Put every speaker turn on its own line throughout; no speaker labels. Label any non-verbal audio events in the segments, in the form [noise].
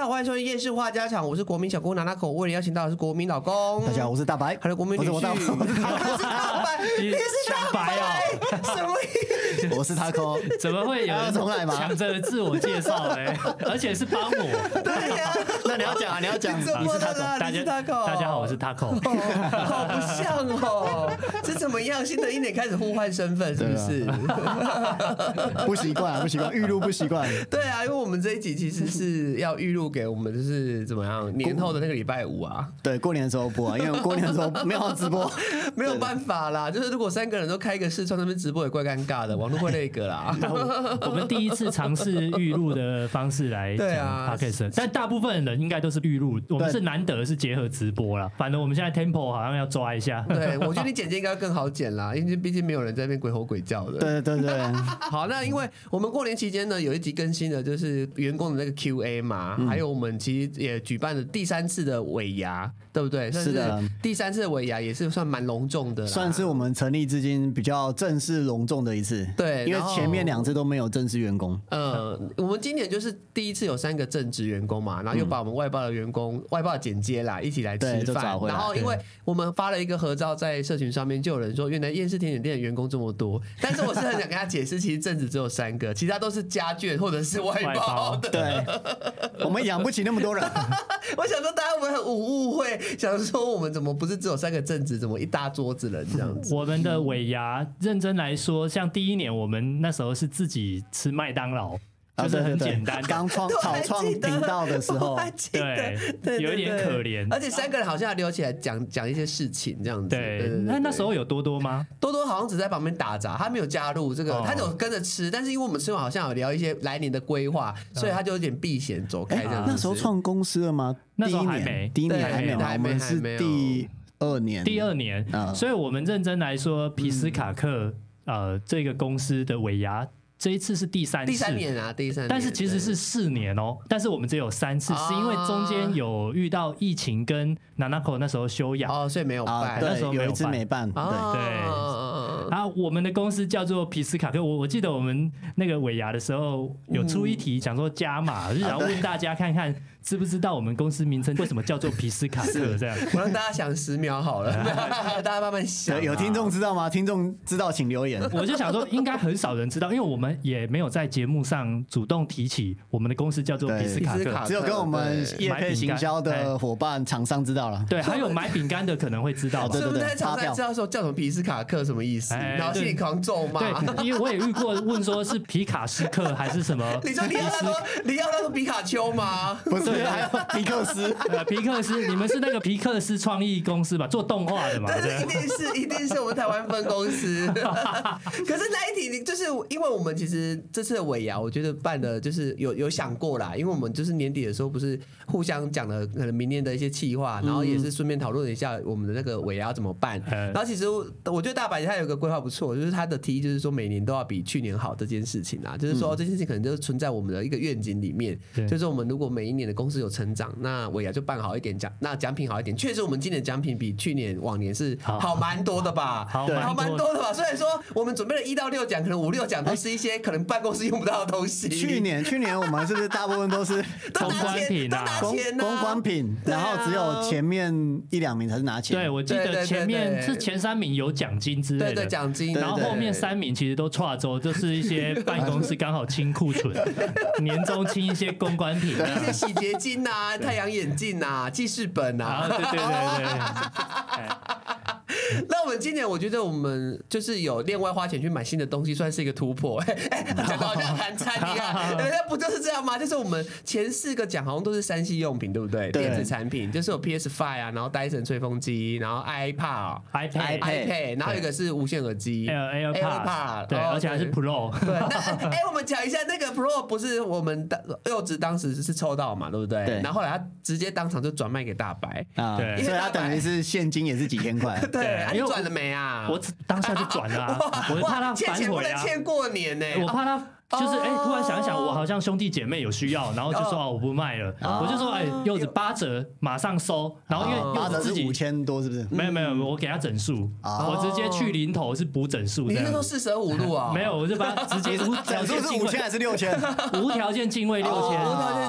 好，欢迎收听夜市话家常，我是国民小姑娜娜口，为了邀请到的是国民老公，
大家好，我是大白，
还有国民
我
女
是
婿，
我大，我是
他是大白，你是大白啊？什么意思？
我是
[laughs]
Taco，
怎么会有
还要
人
重来吗
抢着自我介绍嘞？
[laughs]
而且是帮我。
对呀，
那你要讲啊，你要讲，
你怎么了啦？
大
你
家
是 Taco，
大家好，我是 Taco。
哦好不像哦，这怎么样？新的一年开始互换身份，是不是？
啊不习惯啊，不习惯，预录不习惯，
对啊，因为我们这一集其实是要预录给我们，就是怎么样年后的那个礼拜五啊，
对，过年的时候播啊，因为过年的时候没有直
[laughs]
播，
没有办法啦，就是如果三个人都开一个视窗那边直播也怪尴尬的，网络会那个
[laughs]
啦。
然后我们第一次尝试预录的方式来讲
对啊
podcast，但大部分人应该都是预录，我们
对
是难得是结合直播啦。反正我们现在 tempo 好像要抓一下。
对，我觉得你剪辑应该更好剪啦，因为毕竟没有人在那边鬼吼鬼叫的。
对对对对，
[laughs] 好，那因为我们过年期间呢，有一集更新的就是员工的那个 Q&A 嘛，
嗯
还有我们其实也举办了第三次的尾牙，对不对？算
是的
第三次的尾牙也是算蛮隆重的啦，
算是我们成立至今比较正式隆重的一次，
对
因
然后
为前面两次都没有正式员工，
呃，我们今年就是第一次有三个正职员工嘛，然后又把我们外包的员工、外包的剪接啦一起来吃
嗯对就
饭
找，回来
然后因为我们发了一个合照在社群上面，就有人说原来夜市甜点店的员工这么多，但是我是很想跟他解释，其实正职只有三个，其他都是家眷或者是外
外
包
包
的。
对，
[laughs]
我们养不起那么多人，
我想说大家会不会很误会，想说我们怎么不是只有三个正职，怎么一大桌子人这样子？
我们的尾牙，认真来说，像第一年我们那时候是自己吃麦当劳，
啊
[laughs] 就是
对
很
对对
简单的
刚创
我还
草创
记得
频道的时
我
候，
还记得
对
对
有一点
对
可怜
而且三个人好像还留起来讲讲一些事情这样子。
对，那那时候有多多吗？
多多好像只在旁边打杂，他没有加入这个，
哦
他有跟着吃，但是因为我们吃完好像有聊一些来年的规划，所以他就有点避嫌走开
哎
这样子。
那时候创公司了吗？
那时候
第一
还
年
没
第一年
对
还没嘛，
还
我
没
们
还
是
没有
第二年，
第二年，
嗯
所以我们认真来说，皮斯卡克、
嗯
呃这个公司的尾牙，这一次是第三次，
第三年啊，第三年，
但是其实是四年哦，但是我们只有三次，
啊
是因为中间有遇到疫情跟 Nanako 那时候休
对
养。
哦，所以没有
啊，
办
那
对，
时候没
有
有
一次
办啊
没办，对。
哦
对
嗯嗯嗯嗯
啊，我们的公司叫做皮斯卡克，我我记得我们那个尾牙的时候有出一题，想说加码，
嗯
就想
啊
要问大家看看知不知道我们公司名称为什么叫做皮斯卡克这样。
[laughs] 我让大家想十秒好
[laughs]
了，大家慢慢想啊。
有有听众知道吗？听众知道请留言。
我就想说，应该很少人知道，因为我们也没有在节目上主动提起我们的公司叫做
对
皮斯卡
皮斯卡
克。
克
只有跟我们业配行销的伙伴、厂商知道了。
对，还有买饼干的可能会知道
[laughs]
吧
对
是。不是
对对
在常
发
在
票
知道说叫什么皮斯卡克什么意思，
哎
然后心里
对
狂咒骂。
对，因为我也遇过问说是皮卡斯克还是什么
[laughs] 你说你要那个你要那个皮卡丘吗？
不是，还有皮克斯，
[laughs] [laughs] 呃皮克斯，你们是那个皮克斯创意公司吧？做动画的嘛？
但
对
是一。定是一定是我们台湾分公
[laughs]
司。可是那一题，你就是因为我们其实这次的尾牙，我觉得办的就是有有想过啦，因为我们就是年底的时候不是互相讲了可能明年的一些计划，然后也是顺便讨论了一下我们的那个尾牙要怎么办。
嗯
然后其实我觉得大白他有一个规划不错，就是他的提议就是说每年都要比去年好这件事情啦，就是说这件事情可能就是存在我们的一个愿景里面，
嗯对
就是我们如果每一年的公司有成长，那尾牙就办好一点奖，那奖品好一点。确实，我们今年奖品比去年往年是
好
好蛮多的吧，
好
好
蛮
蛮
多
多的吧。虽然说我们准备了一到六奖，可能五六奖都是一些可能办公室用不到的东西。
去年去年我们是不是大部分都是
[laughs]
都
公
拿
关
钱，
品
都
啊
拿
公
钱啊
公关品，
对
然
啊
后只有前面一两名才是拿钱。
对，我记
对对对
得
对
前面是前三名有奖金之
对
类
对
的，
奖金，
然后
对
后面。三名其实都跨州，就是一些办公室刚好清
[laughs]
库存，年终清一些公关品啊这
对
样
一些洗洁精啊、太阳眼镜啊、记事本
啊，对对对对。
那我们今年我觉得我们就是有另外花钱去买新的东西，算是一个突破。哎
嗯
讲到好像谈餐一
[laughs]
样，人家不就是这样吗？就是我们前四个奖好像都是三 C 用品，对不对？
对
电子产品就是有 PS Five 啊，然后 Dyson 吹风机，然后 iPad 哦、
iPad
iPad
iPad，然后有一个是无线耳机
Air
AirPod，
AirPod，对，
哦
而且还是 Pro。
对，那哎、我们讲一下那个 Pro 不是我们当柚子当时是抽到嘛，对不对？
对
然后后来他直接当场就转卖给大白，
啊，
对
所以他等于是现金也是几千块。
对，啊、你
因为我
转了没啊？
我只当下就转了啊、我
哇
怕他
欠钱
反
不
悔
能
啊，
欠过年呢、哦
我怕他就是哎、突然想一想，我好像兄弟姐妹有需要，然后就说
哦
哦，我不卖了，
哦
我就说哎，柚子八折，马上收。然 [laughs] 后因为
哦
八
柚
折
子自
是
己
五千多，是不是？
没有没
嗯
有，我给他整数，
哦
我直接去零头是补整数
你
这
那
样
时候。四舍五入啊？
没有，我就把它直
[laughs]
接无条
整数
件
是
进
五
位
千还是六千？
无条件进位六
哦，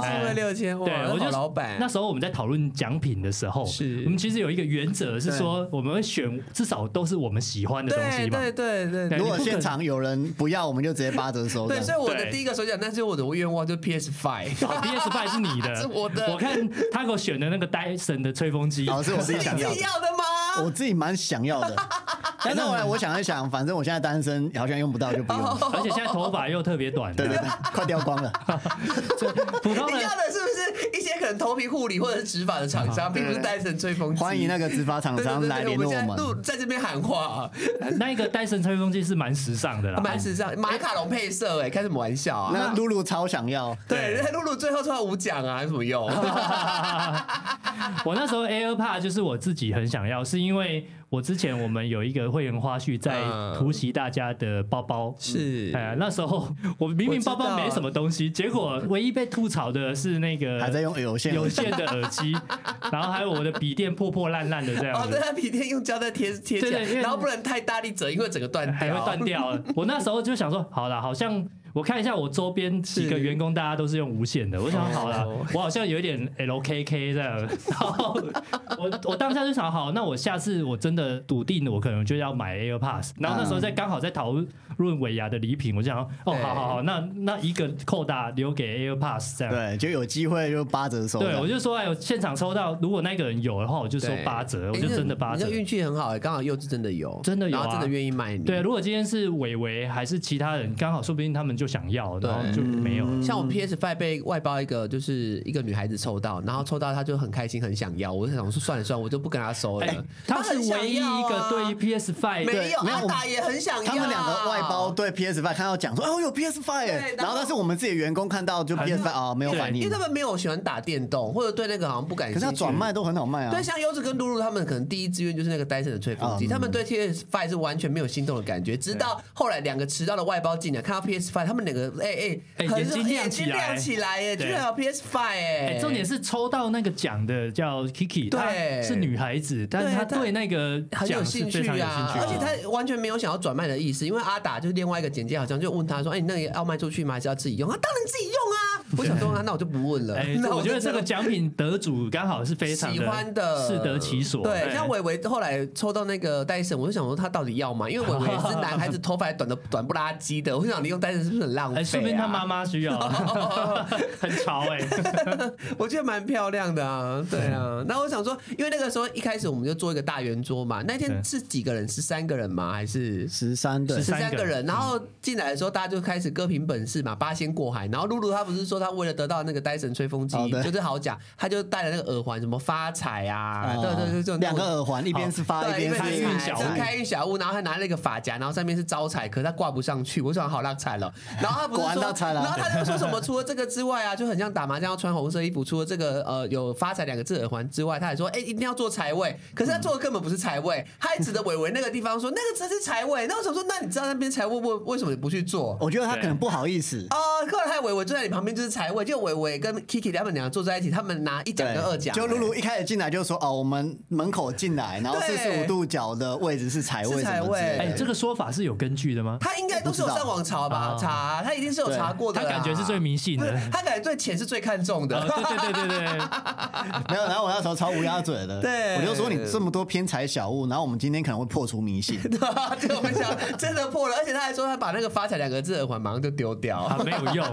千，哎
无条件进位六千，哇，
对，我就
好老板
那时候我们在讨论奖品的时候，
是
我们其实有一个原则是说，我们会选至少都是我们喜欢的东西
对
嘛。
对对对
[laughs] 对
对
如
你
果
不可
现场有人不要，我们就直接八折收。
对，
这样
所以我的
对
第一个手奖，但是我的愿望就是 PS
[laughs]
Five，
PS Five 是你的，
[laughs] 是我的
我看他给我选的那个 Dyson 的吹风机，
哦，是我自己想
你
要
自
的
己。要的
[laughs] 我
吗？
自己蛮想要
[laughs]
的，但是后来我想一想，反正我现在单身，好像用不到就不用
哦
了。
而且现在头发又特别短，
[laughs]
对对对，快掉光了。
这普通
你
的
要的是不是一些可能头皮护理或者是植发的厂
啊
商，并不是戴森吹风机？
欢迎那个执法厂
对对
商
对
来
对，
联
我们
络
现在
我
录
们。
在这边喊话啊，
那一个 Dyson 吹风机是蛮时尚的啦，
蛮时
哎
尚，马卡龙配色哎，开什么玩笑啊？
那露露超想要，
对，露露最后抽到五奖啊，有什么
[laughs]
用？
我那时候 AirPod 就是我自己很想要，是因为我之前我们有一个会员花絮在
嗯
突袭大家的包包，
是
哎呀，那时候我明明包包没什么东西，结果唯一被吐槽的是那个
还在用有线
有线的耳机，然后还有我的笔电破破烂烂的这
哦
样，
对，
子。
他笔电用胶带贴贴起来
对对因，为
然后不能太大力折，因为整个断
还
掉，
会断掉
[laughs]
了。我那时候就想说，好了，好像我看一下我周边几个
是
员工，大家都是用无线的。我想好了
哦，
我好像有一点 LKK 这样。然后我我当下就想，好，那我下次我真的笃定，我可能就要买 AirPods。然后那时候在刚好在讨论尾牙的礼品，我就想，哦，
对
好好好，那那一个扣打留给 AirPods 这样。
对，就有机会就八折收。
对，我就说，哎，我现场抽到，如果那个人有的话，我就说
对
八折，我
哎
就
那
真的八
你
折
这。运气很好哎，刚好柚子真的有，
真的有啊
然后真的愿意卖你。
对，，如果今天是伟伟还是其他人，刚好说不定他们就想要，然后就没有了。
像我 PS Five 被外包一个，就是一个女孩子抽到，然后抽到她就很开心，很想要。我就想说算了算了，我就不跟她收了。
哎，他是
很想
唯一一
要
个
啊
对 PS
没
Five
有
没有
阿达也很想要，啊
他们两个外包。对 PS Five 看到讲说，哦，有 PS Five，
对
然
然
后
后
但是我们自己的员工看到就
很
PS Five 啊没有反
因为
应
他，们没有喜欢打电动，或者对那个好像不感
可
兴
是
趣。
他转卖都很好卖啊。
对，像优子跟露露他们可能第一志愿就是那个 Dyson 的吹风机，
嗯
他们对 PS Five 是完全没有心动的感觉，直到后来两个迟到的外包进来，看到 PS Five，他们两个哎
哎
哎，很
眼睛亮起
眼睛
来
亮起来耶，
对
居然有 PS Five
哎
哎，
重点是抽到那个奖的叫 Kiki，
对
她是女孩子，但是
对
她
她
对那个
很有
奖是
兴
非
趣
常有兴
啊，
趣
而且
的。
他完全没有想要转卖的意思，因为阿达就是另外一个简介，好像就问他说：“哎、你那个要卖出去吗？还是要自己用？”他当然自己用啊！我想说，啊那我就不问了。
哎，
[laughs] 那
我觉得
就
这个奖品得主刚好是非常
喜欢的
适得其所。
对，
哎
像伟伟后来抽到那个戴森，我就想说他到底要吗？
[laughs]
因为伟伟是男孩子，头发还短的短不拉几的，我就想你用戴森是不是很浪费、
哎，
啊？
说不定他妈，妈需
[laughs]
要，很潮哎。
我觉得蛮漂亮的啊，对
[laughs]
啊。那我想说，因为那个时候一开始我们就做一个大圆桌嘛，那天
对
是几个人？是三个人吗？还是
十三对
13
十三
个
个人，然后进来的时候，大家就开始各凭本事嘛，八仙过海。然后露露她不是说她为了得到那个戴森吹风机
哦，对
就是好讲，她就戴了那个耳环，什么发财啊，
啊
对对对，就
两个耳环，一边是发，啊一
对，
边
因为
是
她
开运小物
她开运小物，然后还拿了一个发夹，然后上面是招财，可是她挂不上去，我想好浪
[laughs]
惨了。然后她不是
果然
说，
落彩了
然后她就说什么，除了这个之外啊，就很像打麻将要穿红色衣服，除了这个呃有发财两个字耳环之外，她还说，哎，一定要做财位，可是她做的根本不是财位，她还指着伟伟那个地方说那个才是财位。那我想说，那你知道那边财位为为什么你不去做？
我觉得他可能不好意思，
哦，后来还有伟伟坐在你旁边就是财位，就伟伟跟 Kiki 他们两个坐在一起，他们拿一奖
对
跟二，欸奖，
就露露一开始进来就说哦，我们门口进来，然后四
对
十五度角的位置是财位
是
什
财
么之类
位
的
哎，这个说法是有根据的吗？
他应该都是有上网查吧
不，知道
查他一定是有查过的啊
他
啦，
感觉是最迷信
不 [laughs]
的
是。他感觉对钱是最看重
哦
的。
对对对对对，
没有，然后我那时候超乌鸦嘴的，
对
我就说你这么多偏财小物，然后我们今天可能会破除
[laughs]
迷信，
这个我们想真的破了，而且他还说他把那个“发财”两个字耳环马上就丢掉，
啊，没有
[laughs]
用，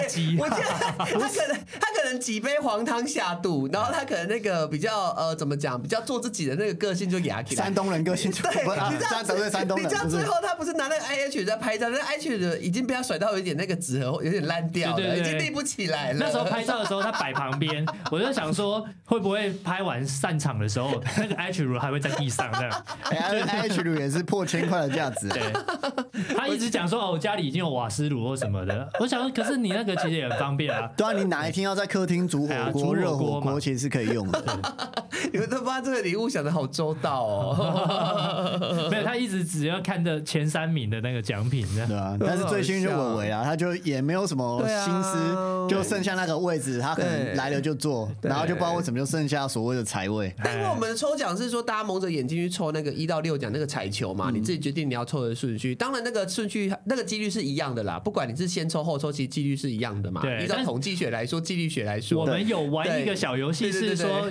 哦而且
圾。啊
我记得他他可能他可能几杯黄汤下肚，然后他可能那个比较呃怎么讲，比较做自己的那个个性就压起来
山。东人个性就
对，
不是啊
你知
这
道
样得罪山东
你
人，
知道
不
最
是
后他不是拿那个 IH 在拍照，那 IH 的已经被他甩到有一点那个纸盒有点烂掉
对对
了，已
对
经立不起来了。
[laughs] 那时候拍照的时候，他摆旁边，我就想说，会不会拍完散场的时候，那个 H 如还会在地上
[laughs]
这样？
哎，H 卤也是破千块的价值，
对，他一直讲说哦，我家里已经有瓦斯炉或什么的。我想说，可是你那个其实也很方
[laughs]
便啊。
对啊，你哪一天要在客厅煮
哎呀
火
煮火
锅、热
锅
火
嘛
锅，其实是可以用的。
[laughs]
你们都把这个礼物想的好周到哦。
没有，他他一直只要看的前三名的那个奖品这样
[laughs]
对啊，但是最新就伟伟啊，他就也没有什么
对啊
心思，就剩下那个位置，他可能
对
来了就坐，
对
然后就不知道为什么就剩下所谓的财位。
但因为我们的抽奖是说，大家蒙着眼睛去抽那个一到六奖那个彩球嘛，你自己决定你要抽的顺序。当然，那个顺序那个几率是一样的啦，不管你是先抽后抽，其实几率是一样的嘛。
对
依照
但
统计学来说，几率学来
我
说，
们有玩
对
一个小游戏，
对对
是
对
说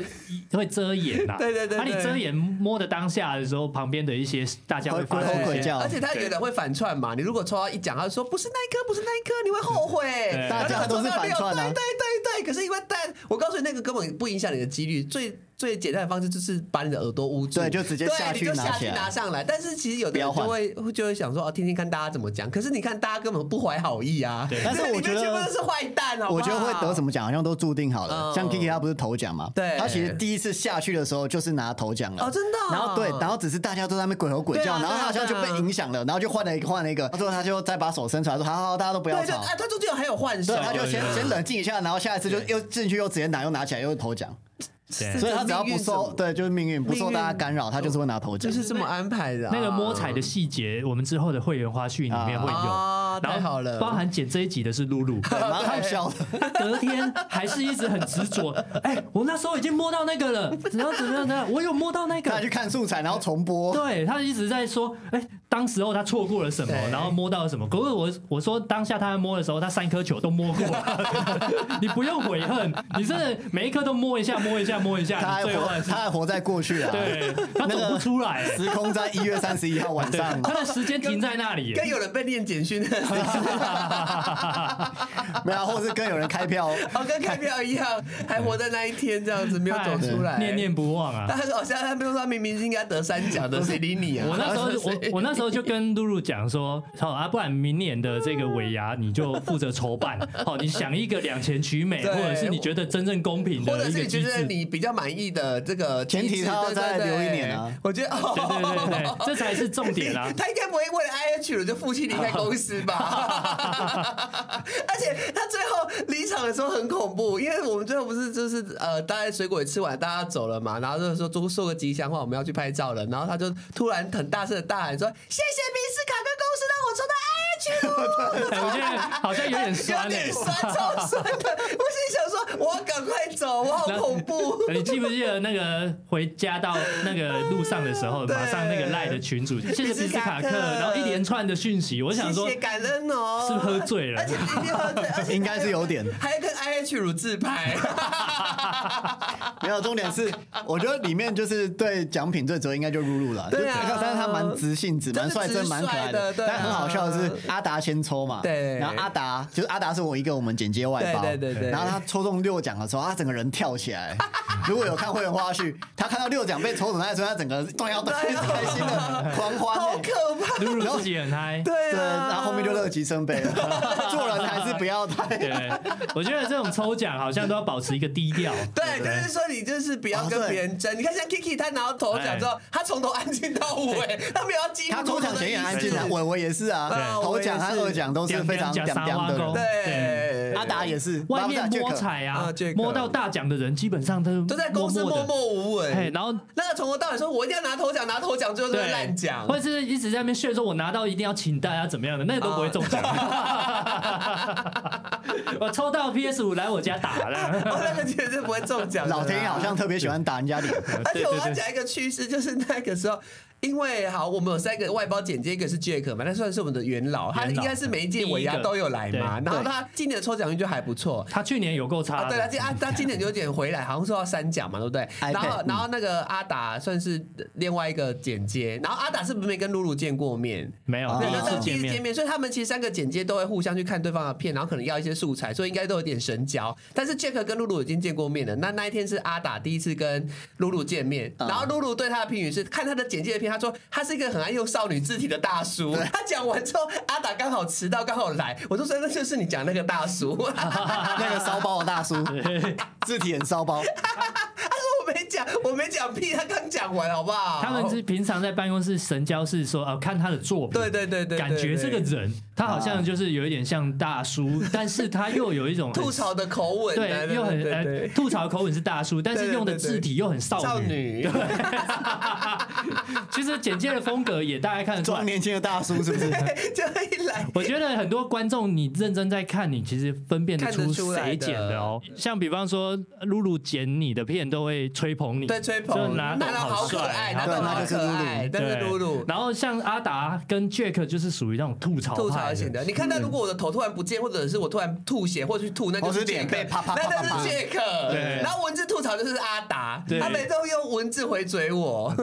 会遮眼呐、啊。
对对对
啊，你
对
遮眼摸的当下的时候，旁边的一些大家会发
会
出
会
一
鬼
些
叫
而且他有的会反串嘛。你如果抽到一奖，他就说不是那一颗，不是那一颗，你会后悔。然后
大家都是反串啊
对对对对。可是因为但我告诉你，那个根本不影响你的几率，最最简单的方式就是把你的耳朵捂住，
对就直接
对
下去
你就
拿
下
起
去
来
拿上来。但是其实有的人
不要
就会就会想说哦，听听看大家怎么讲。可是你看大家根本不怀好意啊，
对
但是我
这
觉得
个里面全部都是坏蛋，好不好
我觉得会得什么奖好像都注定好了，
嗯
像 Kiki 他不是头奖嘛，
对
他其实第一次下去的时候就是拿头奖了
哦，，真的哦、
然后对，然后只是大家都在那边鬼吼鬼
对
叫，
啊
然后他好像就被影响了，然后就换了一个换了一个，最后他就再把手伸出来说好好，大家都不要
对，就
吵
啊，，他中间有还有换手
对，，他就先
对
先冷静一下，然后下一次就又进去又直接拿又拿起来又头奖，
对
所以他只要不受
对。
对就是命运不受
命运
大家干扰，他就是会拿头
就
奖。 [laughs]
是这么安排的啊、
那个摸彩的细节，我们之后的会员花絮里面会有。
啊，
然
太
后
好了，
包含剪这一集的是露露，
[laughs]
蛮好笑的，
他隔天还是一直很执着。哎，我那时候已经摸到那个了，怎样怎样怎样，我有摸到那
他还
个
去。看素材，然后重播。
对他一直在说，哎，当时候他错过了什么，
对
然后摸到了什么。可是我我说当下他在摸的时候，他三颗球都摸
[laughs]
过了，你不用悔恨，你真的每一颗都摸一下，摸一下，摸一下，
他还
你最后
活
还，是
他还活在过去啊！
对，他走不出来。
[laughs] 时空在一月三十一号晚
对，
上
他，的时间停在那里。
跟有人被念简
[laughs]
讯的，
没有啊，或者是跟有人开 [laughs] 票，
哦，跟开票一样，还活在那一天这样子，没有走出来，
[laughs] 念念不忘啊！
他很好笑，他比如说他明明是应该得三奖的，谁理你啊？
我那时候
[laughs] 谁
我我那时候就跟露露讲说，好啊，不然明年的这个尾牙你就负责筹
[laughs]
办，好，你想一个两全取美，
对
或者是你觉得真正公平
或
的
者
一
是
个
你觉
机
得
制。对
你比较满意的这个机制
前提他要再
对对对
留一年啊
我觉得哦，
对对对，这才是重
[laughs]
点啊！
他应该不会为了 IH 了就负气离开公司
[laughs]
吧？而且他最后离场的时候很恐怖，因为我们最后不是就是呃，大家水果也吃完，大家走了嘛，然后就说祝说个吉祥话，我们要去拍照了，然后他就突然很大声的大喊说：“谢谢密斯卡跟公司让我抽到 IH 了。”
[laughs] 对我现在好像有点酸
有
哎、
点酸，超酸的。我心里想说，我要赶快走，我好恐怖。
呃你记不记得那个回家到那个路上的时候，
对
马上那个赖的群主，谢谢
斯
比斯
卡
卡克，
克
然后一连串的讯息，我想说
谢谢感恩哦，
是不是喝醉了
而且一定喝醉，而且
应该是有点
还跟 IH 乳自
[laughs]
拍，
没有。重点是，我觉得里面就是对奖品最折应该就露露了，
对啊
就但是他蛮直性子，蛮率真，蛮可
就是直
爱
率的对啊
但很好笑的是，阿达先抽嘛，
对
然后阿达就是阿达是我一个我们剪接外包，
对对对对
然后他抽中六奖的时候，他整个人跳起 [laughs] 来。如果有看会员花絮，他看到六奖被抽走那一瞬，他整个动摇 [laughs] 动摇，开心的狂欢欸、
好可怕。
露露自己很嗨。
对
对，
啊，
然后后面就乐极生悲 [laughs] 了。做人还是不要太
对，我觉得这种抽奖好像都要保持一个低调。
对，就是说你就是不要
哦
跟
对
别人争。你看像 Kiki，他拿到头奖之后，
哎
他从头安静到尾，他没有要 [laughs] 激怒
他抽奖前也安静啊，
的意思
伟伟也是啊，
对
头奖和二奖都是非常屌
点点
屌
加
的
沙挖沟
人，
对，
阿达也是，
外面摸
Jack
彩啊
啊，Jack，
摸到大奖的人基本上都
都在公司
默
默
默的，
默无
哎，
闻。
然后
那个从头到尾说，我一定要拿头奖，拿头奖，最后都
对
是烂奖
或。者是一直在那边炫说，我拿到一定要请大家怎么样的，那个都不会中奖。 [laughs] 我抽到 PS 五来我家
[laughs]
打了，
[laughs] 我那个绝对不会中奖的啦。
老天爷好像特别喜欢打人家
[laughs]
脸，
而且我
对
要
对
讲一个趣事，就是那个时候，因为好，我们有三个外包剪接，一个是 Jack 嘛，那算是我们的元老，他
元
应
老嗯
该是每一届尾
第一
牙
个
都有来嘛。然
对
后
对
他今年的抽奖率就还不错。
他去年有够
啊，
差
对了，
的，哎
今啊，他今年有点回来，好像说到三奖嘛，对不
[laughs]
对？
iPad，
然后
嗯，
然后那个阿达算是另外一个剪接，然后阿达是不是没跟露露见过面？
没有
啊
第
对，
一
那
次
是第
见
一次见
面，
面，所以他们其实三个剪接都会互相去看对方的片，然后可能要一些素材，所以应该都有点神交。但是 Jack 跟露露已经见过面了，那那一天是阿达第一次跟露露见面，
嗯
然后露露对他的评语是看他的简介的片，他说他是一个很爱用少女字体的大叔。他讲完之后，阿达刚好迟到，刚好来，我就说那就是你讲那个大叔， [laughs]
那个骚包的大叔，
[laughs]
字体很骚包，
我没讲，我没讲屁，他刚讲完，好不好？
他们是平常在办公室神交是说，呃，看他的作品，
对对对对对对
感觉这个人他好像就是有一点像
[laughs]
大叔，但是他又有一种很
[laughs] 吐槽的口吻，来
对，又很
对
呃
对
吐槽口吻是大叔，但是用的字体又很少
少
[laughs]
女， [laughs]
其实简介的风格也大概看得
[laughs]
出
装
来。
年轻的大叔是不是？
就一来
我觉得很多观众，你认真在看，你其实分辨
看得出来
谁
的
剪的哦。像比方说，露露剪你的片都会吹捧你，
对吹
就
捧，
拿
到
到
好可
帅
爱，拿
然后
对
到
那
好
就是
可
露露
爱，但是
对
露露
然后像阿达跟 Jack 就是属于那种吐槽
吐槽 [laughs]
派
型的。你看到
嗯
如果我的头突然不见，或者是我突然吐血，或者去吐，那就
或
是
是脸
Jack
被啪啪啪
那
啪
就
啪
是杰克。
对
然后文字吐槽就是阿达，
对
他每次都用文字回嘴我。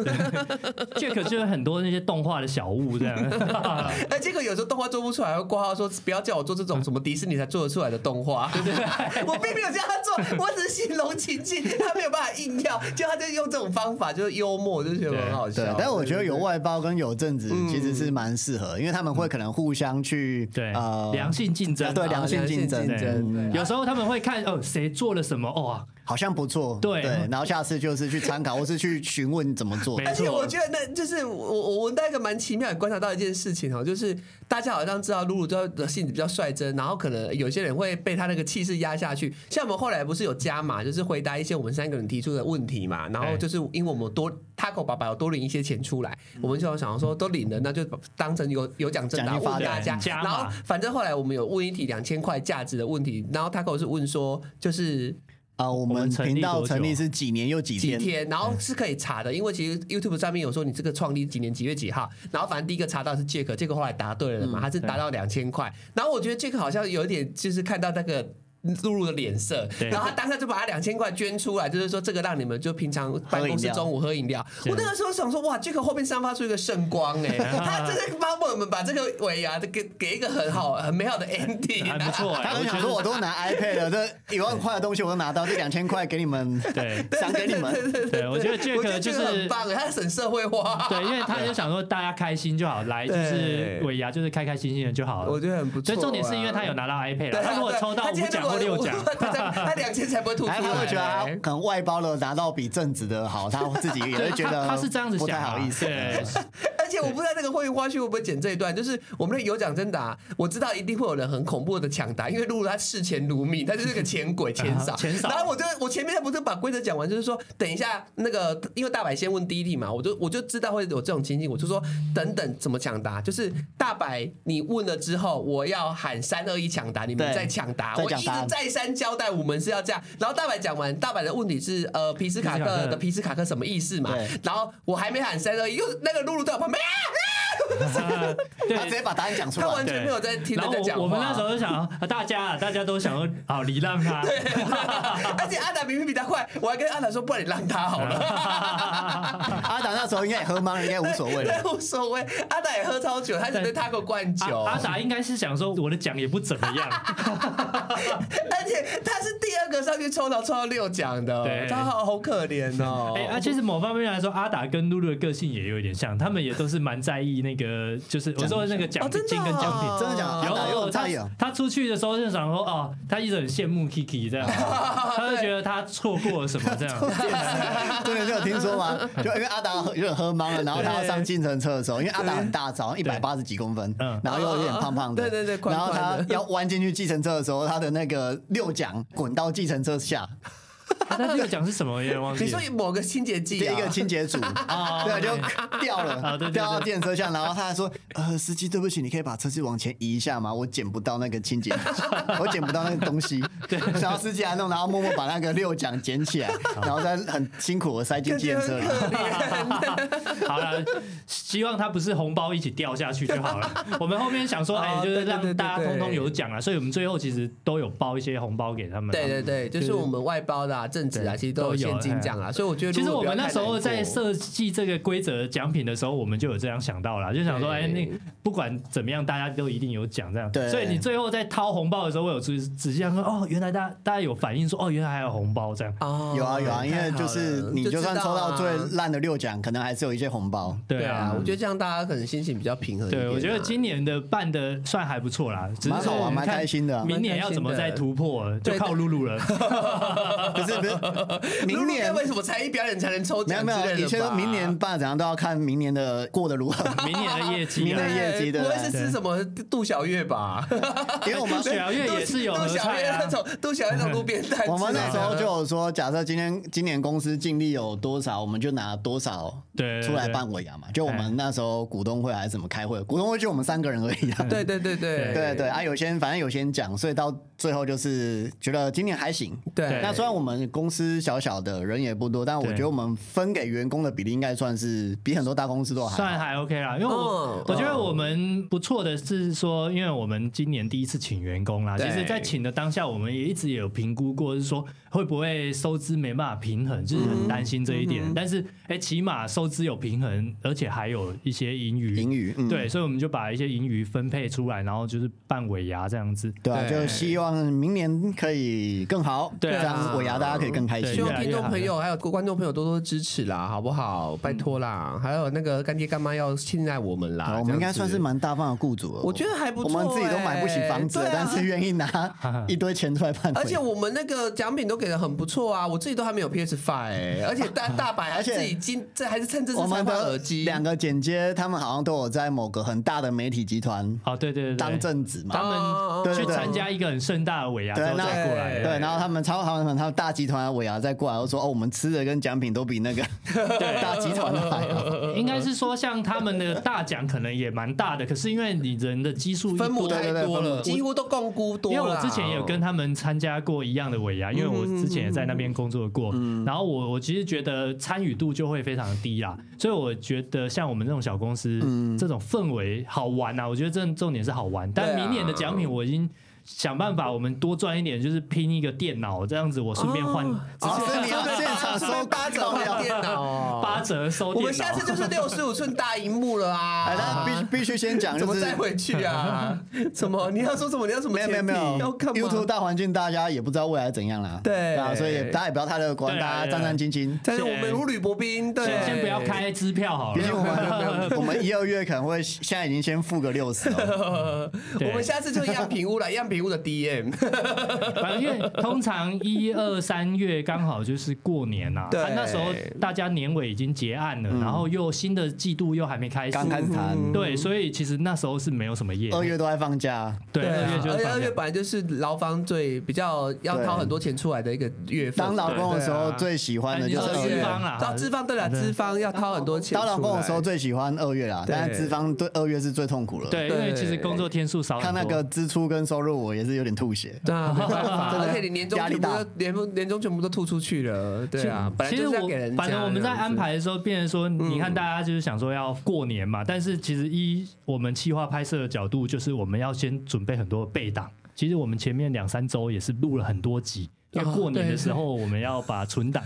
Jack 就是很多那些动画的小物
[laughs]
这样。
[laughs] 哎，杰克有时候动画做不出来，会挂号说不要叫我做这种什么迪士尼才做得出来的动画。 [laughs] 我并没有叫他做，我只是形容情境，他没有办法硬要，就他就用这种方法，就是幽默，就觉得很好笑
对。，但我觉得有外包跟有正职
嗯
其实是蛮适合，因为他们会可能互相去
对，良性竞争
啊，对
啊
良性竞争，
良性竞争
嗯
对
有时候他们会看哦，谁做了什么哦，
好像不错，
对
然后下次就是去参考，或是去询问怎么做
没。
而且
错
我觉得那就是我我我到一个蛮奇妙，也观察到一件事情哦，就是大家好像知道露露都的性子比较率真，然后可能有些人会被他那个气势压下去。像我们后来不是有加码，就是回答一些我们三个人提出的问题嘛，然后就是因为我们
嗯
多 Taco 爸爸有多领一些钱出来，我们就想说都领了，那就当成有有奖征答
奖励发
问大家
奖，加
然
码
后反正后来我们有问一题两千块价值的问题，然后 Taco 是问说就是
啊，我
们
们
成立
频道
多久
成立是几年又几
几
天？
天，然后
嗯
是可以查的，因为其实 YouTube 上面有说你这个创立几年几月几号，然后反正第一个查到是 Jack，Jack 后来答对了
嗯
嘛，他是答到两千块，然后我觉得 Jack 好像有点就是看到那个。露露的脸色，
对
然后他当下就把他两千块捐出来，就是说这个让你们就平常办公
喝饮
室
料
中午喝饮料。
对
我那个时候想说，哇，这个后面散发出一个圣光
[laughs]
哎、他真的帮我们把这个尾牙给给一个很好很美好
[laughs]
的 ending，啊
还不错哎，
他
我
们
觉
想说，
得
我都拿 iPad 了，这一万块的东西我都拿到，这两千块给你们，
对。
赏给你们。
对，我觉得
[laughs] 我觉得
Jack 就
Jack 很
是
棒，他很社会化。
[laughs] 对，因为他就想说大家开心就好，来就
对
是尾牙就是开开心心的就好了。
[laughs] 我觉得很不错
所
啊
以重点是因为他有拿到 iPad，啦
对，
他如果抽到
他
五
今天
奖
如果
或六奖，
[laughs] 他这样他两千才不会吐出
哎，
来。
他会觉得他可能外包了拿到比正职的好，他自己也会
对
觉得
他他是这样子
不
想
太
啊，
好意思。
对，
[laughs] 而且我不知道那个会员花絮会不会剪这一段，就是我们的有奖征答，我知道一定会有人很恐怖的抢答，因为露露她视钱如命，她就是个钱鬼钱
[laughs]
少。
钱少
然后我就我前面不是把规则讲完，就是说等一下那个，因为大白先问第一题嘛，我就我就知道会有这种情形，我就说等等怎么抢答，就是大白你问了之后，我要喊三二一抢答，你们
对
再抢答，
再
我一
讲
直
答案
再三交代我们是要这样。然后大白讲完，大白的问题是呃皮斯卡克
皮斯卡克
的皮斯卡克什么意思嘛
对？
然后我还没喊三二一，又那个露露在我旁边。
[laughs] 啊
他直
对。
接把答案讲出
他完
来。
全没有在听
然
人
后
家讲话。
我我们那时候就想，啊大家啊大家都想要好礼让他，
[laughs] 而且阿达明明比他快，我还跟阿达说，不然你让他好了。
阿达那时候应该也喝懵了，应该无所谓
[laughs]
了。
[laughs] 对，无所谓。阿达也喝超久，他只对他给我灌 [laughs] 酒，
阿阿达应该是想说我的奖也不怎么样，
而且他是第二个上去抽到抽到六奖的，
对
他好好可怜 [laughs] 哦。
哎、啊，其实某方面来说，阿达跟露露的个性也有一点像，他们也都是蛮在意那个，就是我说的那个奖
哦
金
真的
跟
哦
奖品。
真的假的？阿达又
有他
在有。
他出去的时候就想说，哦，他一直很羡慕 Kiki
[laughs]
这样，他就觉得他错过了什么这样。
[laughs]
啊
对，你有听说吗？就因为阿达有点喝懵了，然后他要上计程车的时候，因为阿达很大只，好像一百八十几公分
嗯，
然后又有点胖胖的，
对对对
然后
宽
他
宽的
要弯进去计程车的时候，他的那个六桨滚到计程车下，
那这个奖是什么？我有点忘记
你
了。
说某个清洁剂
第一
啊，
个清
[laughs]
洁组，
哦
[laughs] 对，就
对
掉
啊
哦
了，
对对对
掉到计程车下，然后他还说：“呃，司机，对不起，你可以把车子往前移一下吗？我捡不到那个清洁 [laughs] 剂，我捡不到那个
[laughs]
东西。”然后司机还弄，然后默默把那个六奖捡起来，然后再很辛苦的塞进
感
计
啊
觉
程车
很
里。
可怜。
好了，希望他不是红包一起掉下去就好
[laughs]
了。我们后面想说，
哦
哎、就
对对
是
对对
让大家
对
通通有奖啊，所以我们最后其实都有包一些红包给他们。啊
对对对，就是我们外包的啊、正职啊，
对
其实都有
都有
现金
哎
奖啊，所以我觉得
其实
如果
我
不要
们那
太
时候
难
在
过
设计这个规则奖品的时候，我们就有这样想到了，就想说，
对
哎，那不管怎么样，大家都一定有奖这样。
对
所以你最后在掏红包的时候，我有仔仔细想说，哦，原来大家大家有反应说，哦，原来还有红包这样。
哦
有啊有啊，因
太
为
好
就是
了
你就算
知道
抽到最
啊
烂的六奖，可能还是有一些红包。
对
对啊
啊，，
我觉得这样大家可能心情比较平和一点啊。
对，我觉
[laughs]
得
[laughs]
今年的办的算还不错啦，只是
蛮好玩
[laughs]
说
蛮开心的啊
明年要怎么再突破，
对
就靠露露了。
不是不是，明年
露露为什么才艺表演才能抽
没有
奖之
没
类的吧？
有，以前说明年办怎样都要看明年的过得
[laughs]
如何，
明年的业绩
明
啊
年。业绩的
不会是吃什么杜小月吧？
因为我们
杜
啊
小月也是有
杜
合
小
菜
月那
啊，
种杜小月那种路边摊之类的，
[laughs] 我们那时候就有说，假设今天今年公司净利有多少，我们就拿多少
对对
出来
对
办尾牙嘛。就我们那时候股东会还是怎么开会，股东会就我们三个人而已啊。
对对对对
对对啊，有些人反正有些人讲，所以到最后就是觉得今年还行。
对
那虽然我们公司小小的人也不多，但我
对
觉得我们分给员工的比例应该算是比很多大公司都还好
算还 OK 啦，因为我、
嗯
我觉得我们不错的是说，因为我们今年第一次请员工啦，其
对
实在请的当下，我们也一直有评估过，是说会不会收支没办法平衡，就是很担心这一点。但是哎、起码收支有平衡，而且还有一些盈余，
盈余。嗯，
对，所以我们就把一些盈余分配出来，然后就是办尾牙这样子。
对啊，
对
就希望明年可以更好，
对啊
这样尾牙大家可以更开
对
希
心
哎越。
望
来
听
越
众
好
朋友还有观众朋友多多支持啦，好不好？拜托
嗯
啦！还有那个干爹干妈要信赖我们啦，
我们应该
这样
算
子
是蛮大方的雇主了。
我觉得还不错
我们自己都买不起房子，
欸对啊
但是愿意拿一堆钱出来办鬼。
而且我们那个奖品都给的很不错啊，我自己都还没有 PS Five，、欸、而且大
[laughs]
大白还
而且
自己今这还是趁这次
我
才
们
换
的
耳机，哦
两个剪接，他们好像都有在某个很大的媒体集团
哦，对对对对，
当正职嘛。
他
哦
对
们去
对对
参加一个很盛大的尾牙之
对
后
那
再过来
对
的，
对，然后他们超他们他们大集团的尾牙再过来，我说哦，我们吃的跟奖品都比那个 [laughs] 大集团的还
[laughs]
好。
应该是说，像他们的大奖可能也蛮大的，可是因为你人的基数一
哦分母
多
太多
对对
了，
对
几乎都共估多嗯
因
了。
为我之前也有跟他们参加过一样的尾牙，因为我之前也在那边工作
嗯
过，然后我我其实觉得参与度就会非常低啦，所以我觉得像我们这种小公司，这种氛围好玩啊，我觉得这重点是好玩，
嗯
但
对啊
明年的奖品我已经。想办法，我们多赚一点，就是拼一个电脑，这样子我顺便换
只
哦
是你
[laughs]
要现场
顺便
收
八折
爆
换
料
电脑哦，
八折收
我
电脑。
们下次就是六十五寸大荧幕了
哎，但
啊！
必须必须先讲，
怎
就
么
是
再回去 [laughs] 啊？什么？你要说什么？你要什么
没有
前
没
提？
有没
要
有
干嘛
，YouTube 大环境大家也不知道未来怎样啦。
对
啊，所以也大家也不要太乐观，
对啊
大家战战兢兢。
但是我们如履薄冰，对，
先先不要。开支票好
毕竟我
了。
们我们一二月可能会现在已经先付个六十哦。
我们下次就样品屋了，样品屋的 DM，
反正因为通常一二三月刚好就是过年呐、啊，
对
那时候大家年尾已经结案了，然后又新的季度又还没开始，
刚开始谈，
对，所以其实那时候是没有什么业，
二月都在放假，
对
啊
二
[laughs]
月就
而
是
且二
放
月
假。
本来就是劳方最比较要掏很多钱出来的一个月份。
当老公的时候
对啊
最喜欢的就是
哎你
二
说
月
资。方啦嗯
到资方对了，
对
资方要掏很多钱出来。
当老公的
[laughs]
时候最喜欢二月啦，
对
但是资方对二月是最痛苦了。，
对，因为其实工作天数少
看那
很多
个，支出跟收入，我也是有点吐血。
对啊，没办法，而且你年终
压力
全部
大
都年年终全部都吐出去了，对啊，本来
其
就
实
是
我
要给人家
反
这样子。嗯
正我们在安排的时候，变成说，你看大家就是想说要过年嘛，但是其实一我们企划拍摄的角度，就是我们要先准备很多备档。其实我们前面两三周也是录了很多集，因为
哦
过年
对
的时候我们要把存档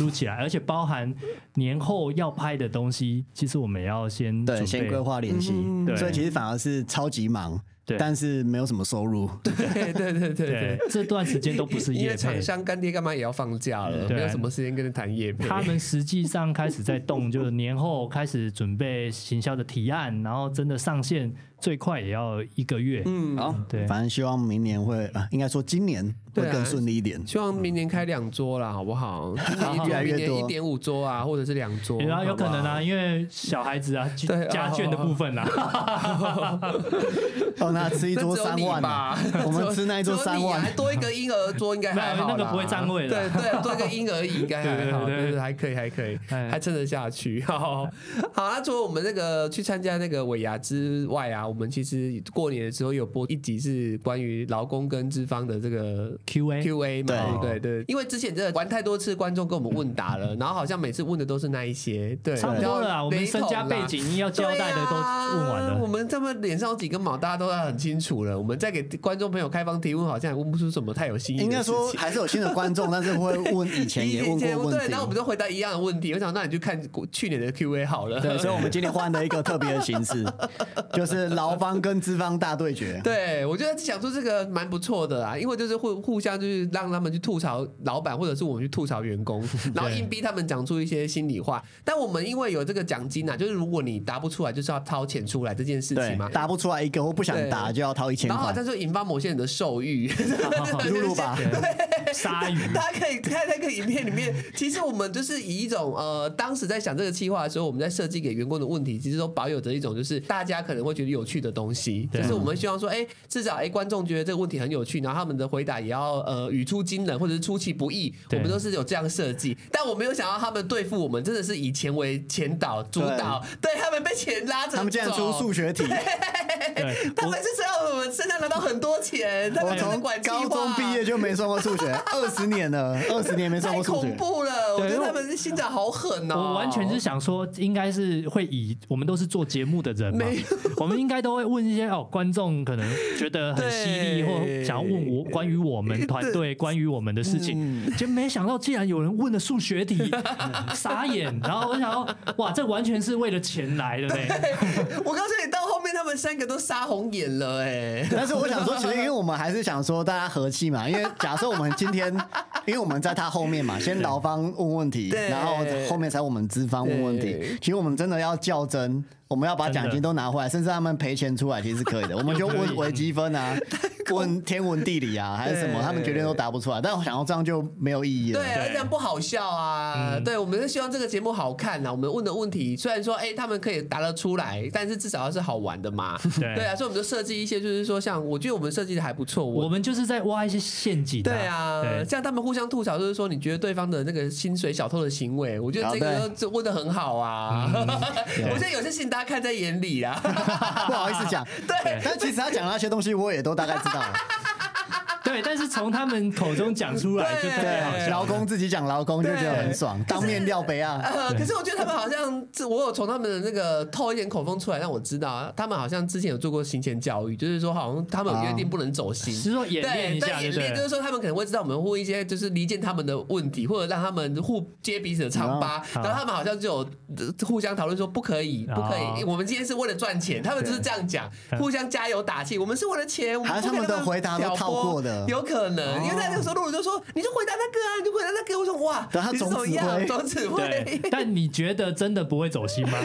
录起来，而且包含年后要拍的东西，其实我们要先
对，
准备嗯
先规划联系，
对
所以其实反而是超级忙
对，
但是没有什么收入。
[laughs] 对对对对对
对，这段时间都不是
因为
业
厂
配。
商干爹干妈也要放假了，
对
没有什么时间跟你谈业配。
他们实际上开始在动，就是年后开始准备行销的提案，然后真的上线最快也要一个月。
嗯，
好，
对
反正希望明年会啊，应该说今年会
对啊
更顺利一点。
希望明年开两桌啦，好不 [laughs] 好？今年一桌
越来越
明年一
多
点五桌啊，或者是两桌，
然后有可能
好
啊，因为小孩子啊，
对
家眷的部分
[laughs]
啊，
哦，那吃一
不好。那只
桌
有
三
你
万啊，
吧，[laughs]
我们吃那一桌
只有你
三
啊
万，
多一个婴儿桌应该还好啦
没有那个不会占位
对
的
对，多一个婴儿椅应该还好，
对对对
对对，还可以，还可以，
哎
还撑得下去。好，好，那除了我们那个去参加那个尾牙之外啊，我们其实过年的时候有播一集是关于劳工跟资方的这个
Q&A。
Q A 嘛，对
对嗯
对，因为之前真的玩太多次，观众跟我们问答了，然后好像每次问的都是那一些，对，
差不多了啊，我们身家背景要
比较
交
雷同啦。
代的都问完
对啊我
了。
们这么脸上有几根毛，大家都要很清楚了。我们再给观众朋友开放提问，好像也问不出什么太有新意的
应该
事
说
情
还是有新的观众，但是会问以
[laughs]
前也问
以前
过问
对，
题
那。我们就回答一样的问题。
[laughs]
我想，那你去看去年的 Q A 好了。
对，所以我们今天换了一个特别的形式，就是劳方跟资方大对决。
对，我觉得想出这个蛮不错的啊啦，因为就是互互相就是让他们去吐槽老板，或者是我们去吐槽员工，然后硬逼他们讲出一些心里话。但我们因为有这个奖金啊，就是如果你答不出来，就是要掏钱出来这件事
对
情嘛，。
答不出来一个或不想答
对
就要掏一千
然后好
块。
像就引发某些人的兽欲，
露
[laughs]
露吧，
对鲨鱼，
大家可以看那个影片里面，其实我们就是以一种呃，当时在想这个计划的时候，我们在设计给员工的问题，其实都保有着一种就是大家可能会觉得有趣的东西，
对
就是我们希望说，哎、至少哎、观众觉得这个问题很有趣，然后他们的回答也要呃语出惊人或者是出其不意，我
对
们都是有这样设计，但我没有想到他们对付我们真的是以钱为前导主导，对他们被钱拉着走，
他们竟然出
[laughs]
数学题，
对
他们是要我们身上拿到很多钱，他
我
们才能
哦从
管计划
高中毕业就没算过数
[laughs]
学，二十年了，二十年没算
太
过数
恐
学。
怖了！我
对
觉
因
得
为
他们的心肠好狠哦、
我完全是想说，应该是会以我们都是做节目的人嘛
没，
[laughs] 我们应该都会问一些哦，观众可能觉得很犀
对
利，或想要问
[laughs]
我关于我们团队、关于我们的事
嗯
情，就没想到竟然有人问了数学
[laughs]
题，傻眼。然后我想说，哇，这完全是为了钱来的
[laughs]
呢。
我告诉你，到后面他们三个都杀红眼了、 [laughs] 哎，
但是我想说，其实因为我们还是想说大家和气嘛，因为假设我们今
[laughs]
天，因为我们在他后面嘛，先劳方问问题，
对
然后后面才我们资方问问题
对。
其实我们真的要较真，我们要把奖金都拿回来，甚至他们赔钱出来，其实
[laughs]
是可以的。我们就
有可以
问微积分啊，问天文地理啊，还是什么，
对
他们绝对都答不出来。但我想要这样就没有意义了
对，。啊而且这样不好笑啊。
嗯
对，我们是希望这个节目好看啊啦。我们问的问题虽然说，哎、他们可以答得出来，但是至少要是好玩的嘛。
对
对啊，所以我们就设计一些，就是说，像我觉得我们设计的还不错。
我
我
们就是在挖一些陷阱、
对啊
对，
像他们互相吐槽，就是说你觉得对方的那个薪水小偷的行为，我觉得这
啊
个
对
就问的很好啊。我觉得有些事情大家看在眼里啊。
不好意思讲。
[laughs] 对
但其实他讲的那些东西，我也都大概知道了。
对，但是从他们口中讲出来就特别好
[laughs] [laughs] 对
笑。
[laughs] 劳工自己讲劳工就觉得很
[laughs]
爽，当面料杯啊。
呃，可是我觉得他们好像，这我有从他们的那个透一点口风出来，让我知道啊，他们好像之前有做过行前教育，就是说好像他们有约定不能走心。
是说演练
对，
一下，
但
对
演
不
练就
对
是？说，他们可能会知道我们问一些就是离间他们的问题，或者让他们互揭彼此的疮疤。
嗯
然后他们好像就有呃互相讨论说不可以，不可以。
哦嗯
我们今天是为了赚钱，他们就是这样讲，互相加油打气。我们是为了钱，我们
还是
不跟
他们的
们
回答都
挑
套
拨
过的
有可能。因为在那个时候，露露就说：“你就回答那个啊，你就回答那个。”我说：“哇，
对他
你是
总
怎么
指挥
样？总指挥。”
对，但你觉得真的不会走
[laughs]
心吗？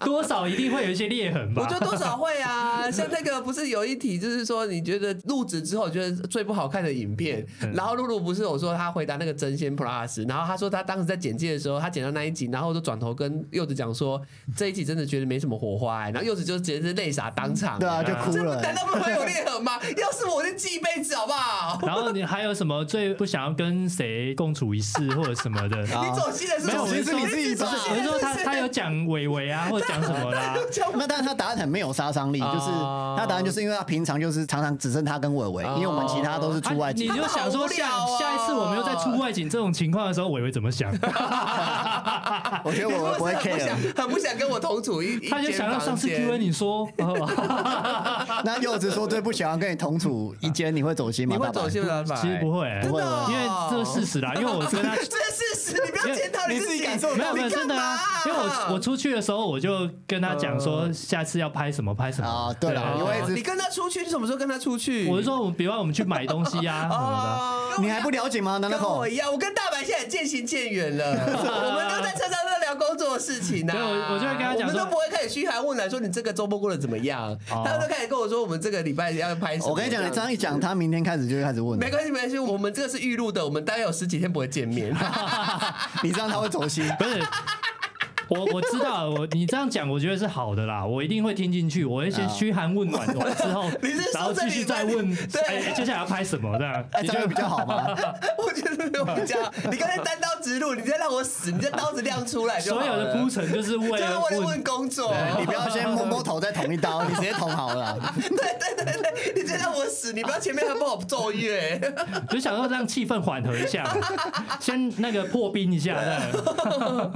多少一定会有一些裂痕吧？
我觉得多少会啊，像那个不是有一题，就是说你觉得入职之后觉得最不好看的影片，
嗯
然后露露不是有说她回答那个真仙 Plus，然后她说她当时在简介的时候，她剪到那一集，然后就转头跟柚子讲说这一集真的觉得没什么火花、欸，然后柚子就直接是泪洒当场、
对啊，就哭
这
了、
难道不会有裂痕吗？要是我我就记一辈子好不好？
啊
然后你还有什么最不想要跟谁共处一室或者什
[laughs]
么的？
啊
你走心的是
没有
我
其实
走心
你自己
走
吧
心
我是
的
说他
谁
他有讲伟伟啊，或者讲什
[laughs]
么啦？
讲
[laughs] 那但是他答案很没有杀伤力，就
啊
是他答案就是因为他平常就是常常只剩他跟伟伟，
啊
因为我们其他都是出外
啊你
景，
就想说
他们
下
好无聊哦
下一次我们又在出外景这种情况的时候，伟伟怎么
[laughs]
想？
我觉得
你
伟
是
伟不
不 [laughs]
会
是很不
care
想。很不想跟我同处一，一
他就
间
想到
房
上次
间
Q&A 你说，哦
[laughs] 那柚子说最不喜欢跟你同处一间，你会走心吗？
你会
大白
走心吗？
其实不会，
真的哦
因为这是事实啦，因为我跟他
[laughs] 这是事实，你不要检讨
你
自
自己感受
没有没有
你干
真的啊
嘛，
因为我我出去的时候我就跟他讲说，下次要拍什么拍什么
啊，。对了，
对
嗯
你
哦
会
你
一直，
跟他出去，你什么时候跟他出去？
我是说，我们比方我们去买东西
[laughs]
啊什么
哦，
你还不了解吗？难
跟
道
我一样，我跟大白现在渐行渐远
[laughs]
了，我们都在车上在聊工作的事情呢、
对我我就会跟他讲说
我们都不会开始嘘寒问暖，说你这个周末过得怎么样，
哦
他们都开始跟我说我们这个礼拜要拍什么。
我跟你讲，你这
这
样
样
一讲，他明天开始就会开始问了，
没关系没关系，我们这个是预录的，我们大概有十几天不会见
[laughs]
面。
你这样他会走
[laughs]
心。
不是。我我知道，我你这样讲，我觉得是好的啦，我一定会听进去，我会先嘘寒问暖完之后
啊 [laughs] 你是，说
然后
这
继
里
续再
面
问，
对
哎，哎接下来要拍什么这样？
哎，
你
这样会比较
[laughs]
好吗？
我觉得没有比较好，你刚才单刀直入，你在让我死，你这刀子亮出来就好
所有的
了
铺陈就是为
就是
了
为了问
问，
工作， [laughs]
你不要先摸摸头再捅一刀，你直接捅好了啦。
你就让我死，你不要前面还帮我奏乐， [laughs]
就想要让气氛缓和一下，先那个破冰一下这样。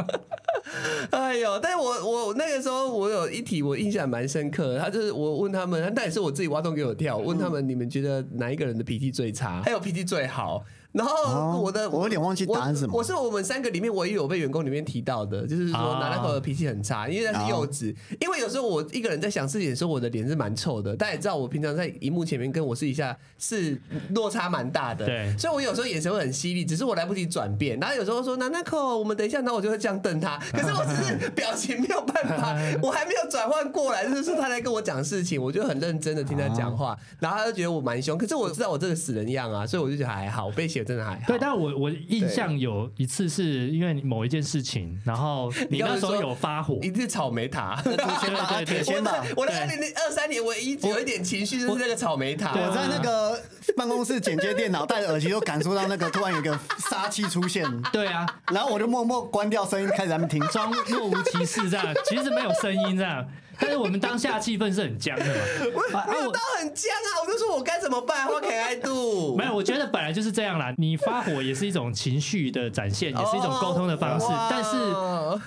哎呦！但是我我那个时候我有一题我印象蛮深刻的，他就是我问他嗯们，但也是我自己挖洞给我跳，问他们你们觉得哪一个人的脾气最差，还有脾气最好。然后
哦
我的、
我有点忘记答案是什么
我，我是我们三个里面唯一有被员工里面提到的，就是说
啊
拿那口的脾气很差，因为他是幼稚。因为有时候我一个人在想事情的时候，我的脸是蛮臭的。大家也知道，我平常在荧幕前面跟我私底下是落差蛮大的，
对
所以我有时候眼神会很犀利，只是我来不及转变。然后有时候说拿那口，我们等一下，然后我就会这样瞪
[laughs]
他，可是我只是表情没有办法，我还没有转换过来，就是他在跟我讲事情，我就很认真的听他讲
啊
话，然后他就觉得我蛮凶，可是我知道我这个死人样啊，所以我就觉得还好，我被写真的还好。
对，但我我印象有一次是因为某一件事情，
[laughs]
然后你
刚
那
刚
时候
说
有发火，
一定是草莓
[laughs]
塔。
先吧，
对对对
铁
我
先吧
的。 [laughs] 我的二零二三年唯一有一点情绪就是那个草莓塔。
我在那个办公室剪接电脑，戴着耳机都感受到那个突然有一个杀气出现，
对啊，
[laughs] 然后我就默默关掉声音，开始在那
[laughs]
边听。
装若无其事这样，其实没有声音这样，但是我们当下气氛是很僵的嘛。啊
没有
我
到很僵啊！我就说我该怎么办？What can I do？
没有，我觉得本来就是这样啦。你发火也是一种情绪的展现，也是一种沟通的方式
哦，
但是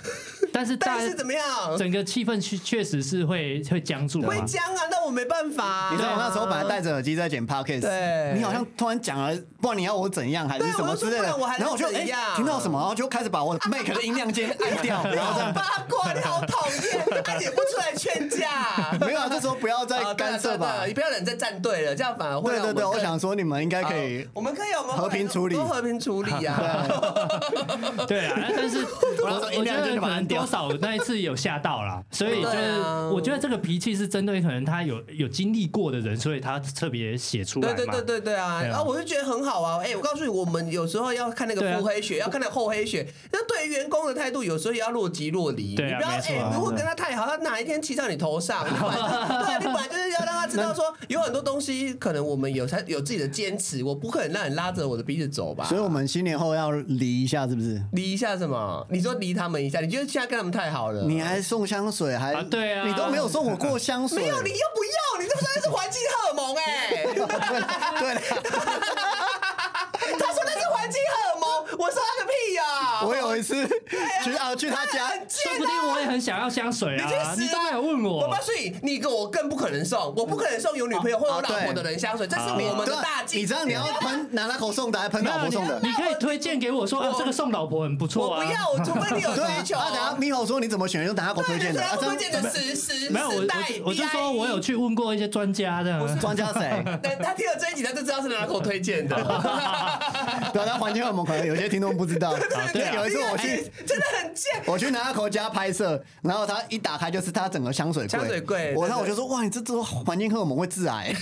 但是大
但是怎么样？
整个气氛确确实是会会僵住的
会
嘛。
僵啊，那我没办法啊。
你知道我那时候本来戴着耳机在剪 podcast，
对
你好像突然讲了，不管你要我怎样还是
对
什么
我就说
之类的，
不然我还能
然后我就
怎
哎、
样
听到什么，然后就开始把我 make 的音量键按掉，然
好
后这
[laughs]
样。
八卦，你好讨厌，他也不出来劝
[laughs]
架。
没有啊，这时候不
[laughs]
要再干
对
涉
啊对啊对啊
吧
你。不要忍在站队了，这样反而会
对
让
对
们
对，我
更
想说你们应该可以
好。我们可以我们
和平处理
都和平处理
[laughs]
啊。 [laughs]
对啊，那但是我
然后
我
音
觉
量就
得
把它
可能
按掉
多少那一次有吓到啦，所以就
对
是
啊
我觉得这个脾气是针对可能他有有经历过的人，所以他特别写出来
对
嘛。
对对对对啊！
对啊
然后我就觉得很好啊。哎，我告诉你，我们有时候要看那
对
个
啊
腹黑学，要看那个厚黑学。那对于员工的态度，有时候也要若即若离。你不
对啊
要
没错啊
哎，如果
对
跟他太好，他哪一天骑到你头上，你本来 [laughs] 对啊，你本来就是要让他知道说，有很多东西可能我们有才有自己的坚持，我不可能让你拉着我的鼻子走吧。
所以我们新年后要离一下，是不是？
离一下什么？你说离他们一下，你觉得现在跟他们太好了？
你还送香水，还
啊对啊
你都没有送我过香水，
没有，你又不要，你这不算是环境荷尔蒙哎、
[laughs] 对啦，
他说那是环境荷尔蒙，我说他个屁呀、
我有一次去啊去他家，
很
说
贱
不
啊！
定我也很想要香水
你去
啊，
死
你
啊
都没有问
我
我
告。诉你，你跟我更不可能送，我不可能送有女朋友或有老婆的人香水，这是我们
对
的
哦啊
大忌。
你知道你要喷拿他口送的，还喷
没有
老婆送的
你，你可以推荐给我说，啊，
我
这个送老婆很不错
我
啊。
不要，我除非你有
[laughs] 对
需求。
啊，啊等下咪猴说你怎么选，就拿他口推
对，
荐
就是
的，啊
要
这样
推荐的十十
没有，我
十代 E
我我就说我有。去问过一些专家这样。啊
专
[laughs]
家谁？
但他听了这一集，他就知道是哪口推荐的。
[laughs] 对啊，那环境荷尔蒙可能有些听众不知
[laughs]
道。
对啊
有一次我去，
哎真的很贱。
我去拿口家拍摄，然后他一打开就是他整个香水柜，
香水柜
我
对
然后我
对
就说哇，你这这环境荷尔蒙会致
[laughs]
癌，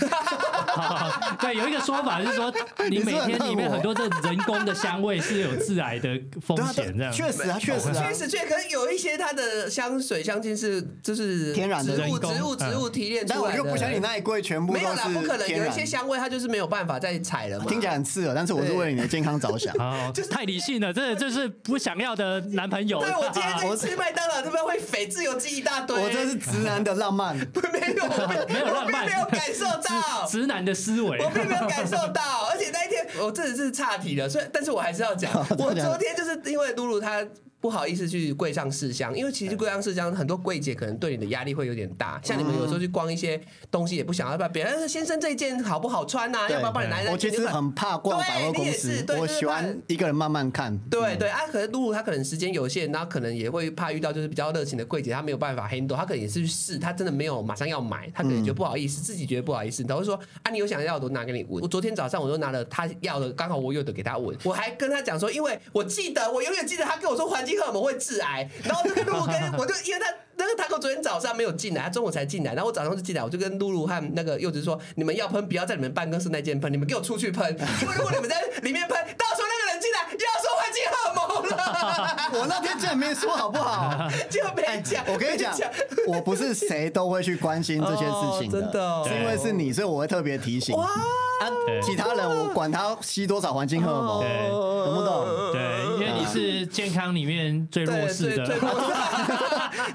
[laughs] 对，有一个说法是说，你
你是
每天里面
很恨我
很多这人工的香味是有致癌的风
对啊
哦险这
对
样。
确实啊，确实啊
确，实，确实，可是有一些它的香水香精是就是
天然的
植物、
人工
植物、
嗯
植物提炼出来
但
的。
我就不相信那一柜全部都
没有啦，不可
是
能。
天
有一
然。
些香味它就是没有办法再采了嘛。
听起来很刺耳，但是我是
对
为了你的健康着想。
好，太理性了，这就是不想要的男朋友。
对 [laughs] 我今天
我
在吃麦当劳，这边会肥自由基一大堆。
我这是直男的浪漫，
[laughs] 没有，
[laughs]
没有
我
浪
并
漫
没有感受到。
[laughs] 直男的思维。
我并没有感受
[laughs]
到，而且那一天我真的是岔题了，所以但是我还是要讲，我昨天就是因为露露她不好意思去柜上试香，因为其实柜上试香很多柜姐可能对你的压力会有点大，像你们
嗯
有时候去逛一些东西也不想要把别人哎先生这一件好不好穿呐、啊，
对
要不要帮你拿一下？
我其实很怕逛百货公
对你也是
司，
对
我
就是
喜欢一个人慢慢看。
对对啊，可是露露她可能时间有限，然后可能也会怕遇到就是比较热情的柜姐，她没有办法 handle，她可能也是去试，她真的没有马上要买，她可能觉得不好意思，自己觉得不好意思，然后就说啊，你有想要的我拿给你闻。我昨天早上我就拿了她要的，刚好我有的给她闻，我还跟她讲说，因为我记得我永远记得她跟我说环境荷尔蒙会致癌，然后这个露露跟我就因为她。那个 taco 昨天早上没有进来，他中午才进来，然后我早上就进来，我就跟露露和那个柚子说，你们要喷不要在你们办公室那间喷，你们给我出去喷，
[laughs]
因为如果你们在里面喷，到时候那个人进来又要说环境荷尔蒙了，
[laughs] 我那天竟然没说好不
[laughs]
好？
结果没讲。
哎我跟你讲
没，
我不是谁都会去关心这些事
哦
情
真的哦
是因为是你，所以我会特别提醒。
哇，
啊，其他人我管他吸多少环境荷尔蒙，
哦
对
懂不懂？
对，因为你是健康里面最弱
对，
势
最
的。
最弱势。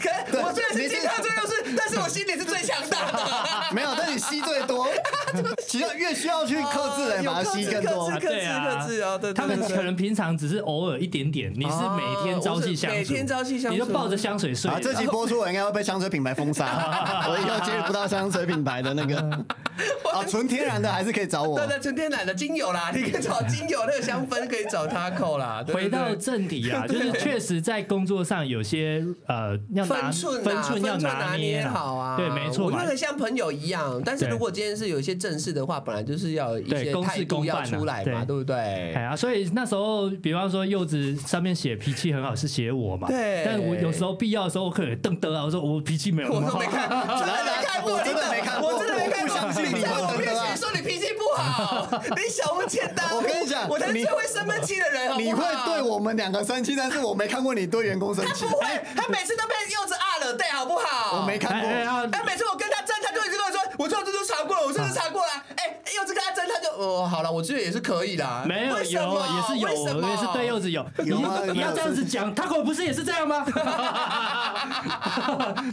可
[laughs]
能我虽然是健康最弱势，但是我心里是最强大的。
没有，但你吸最
[laughs]
多，其实越需要去 [laughs] 克制的人，把它吸更多
哦有克。制克
对
制克
啊
制哦，对对对
他们
对
可能平常只是偶尔一点点，你是每天朝夕相
哦我
处，
是每天朝夕相处
你就抱着香水
[laughs]
睡
啊，。这期播出我应该会被香水品牌封杀，我以后接不到香水品牌的那个。啊，纯天然的还是可以找我
对。对，纯天然的精油啦，你可以找精油，那个香氛可以找 Taco 啦。对
回到
对对
正题啊，就是确实在工作上有些呃要拿
分寸啊
分寸要
拿
捏啊
好啊，
对，没错
我
嘛
觉，得像朋友一样，但是
对
如果今天是有一些正式的话，本来就是要有一
对
些
公事
态度
公
要
办啊
出来嘛，
对
对不对
哎？呀，所以那时候，比方说柚子上面写脾气很好是写我嘛，
对
但我有时候必要的时候，我可能瞪瞪啊，我说我脾气没有那
我
么
都
好
没，
[laughs]
看，真的没看过，
我真的没看过
我真的没看过，
我不相信你
在我
我
面
真的啊
前说你脾气不好，你小巫见大巫。
我跟你讲
我才
你
最会生闷气的人，好不好
你会对。我们两个生气，但是我没看过你对员工生
他
气
[laughs] 不，会，他每次都被柚子啊了对，好不好？
我没看
哎哎
[laughs]
过。
啊，
哎，每次我跟他争，他就一直跟我说，我这这都查过了，我这都查过了。哎，柚子跟他争，他就哦，好了，我觉得也是可以啦。
没有有
为什么
也是
为什
有，
么
我也是
[laughs]
对柚子有，
有啊
你你要这样子讲，他口不是也是这样吗？ [laughs]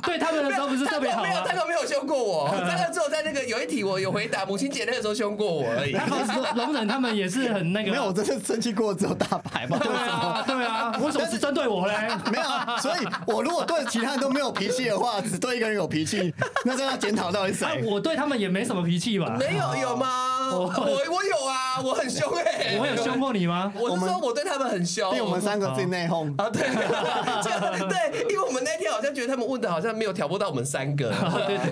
对他们的时候不是特别好
没有，
吗？
他都没有凶过
[laughs]
我。他都只有在那个有一题我有回答母亲节那个时候凶过我
[laughs]
而已。
他们容忍他们也是很那个，
没有，我真的生气过只有大白吧？
[laughs] 对啊对啊，为什么是针对我嘞？
没有啊，所以我如果对其他人都没有脾气的话，只对一个人有脾气，那这要检讨到底是
啊
谁？，
我对他们也没什么脾气吧？
没有有吗？
我
我我有啊，我很凶哎、
哦 [laughs] 我有凶，过你吗？
[laughs] 我是说我对他们很凶。
因为我们三个自己内讧。
[laughs] 啊，对，就对，因为我们那天好像觉得他们问的好像没有挑拨到我们三
[laughs]
个，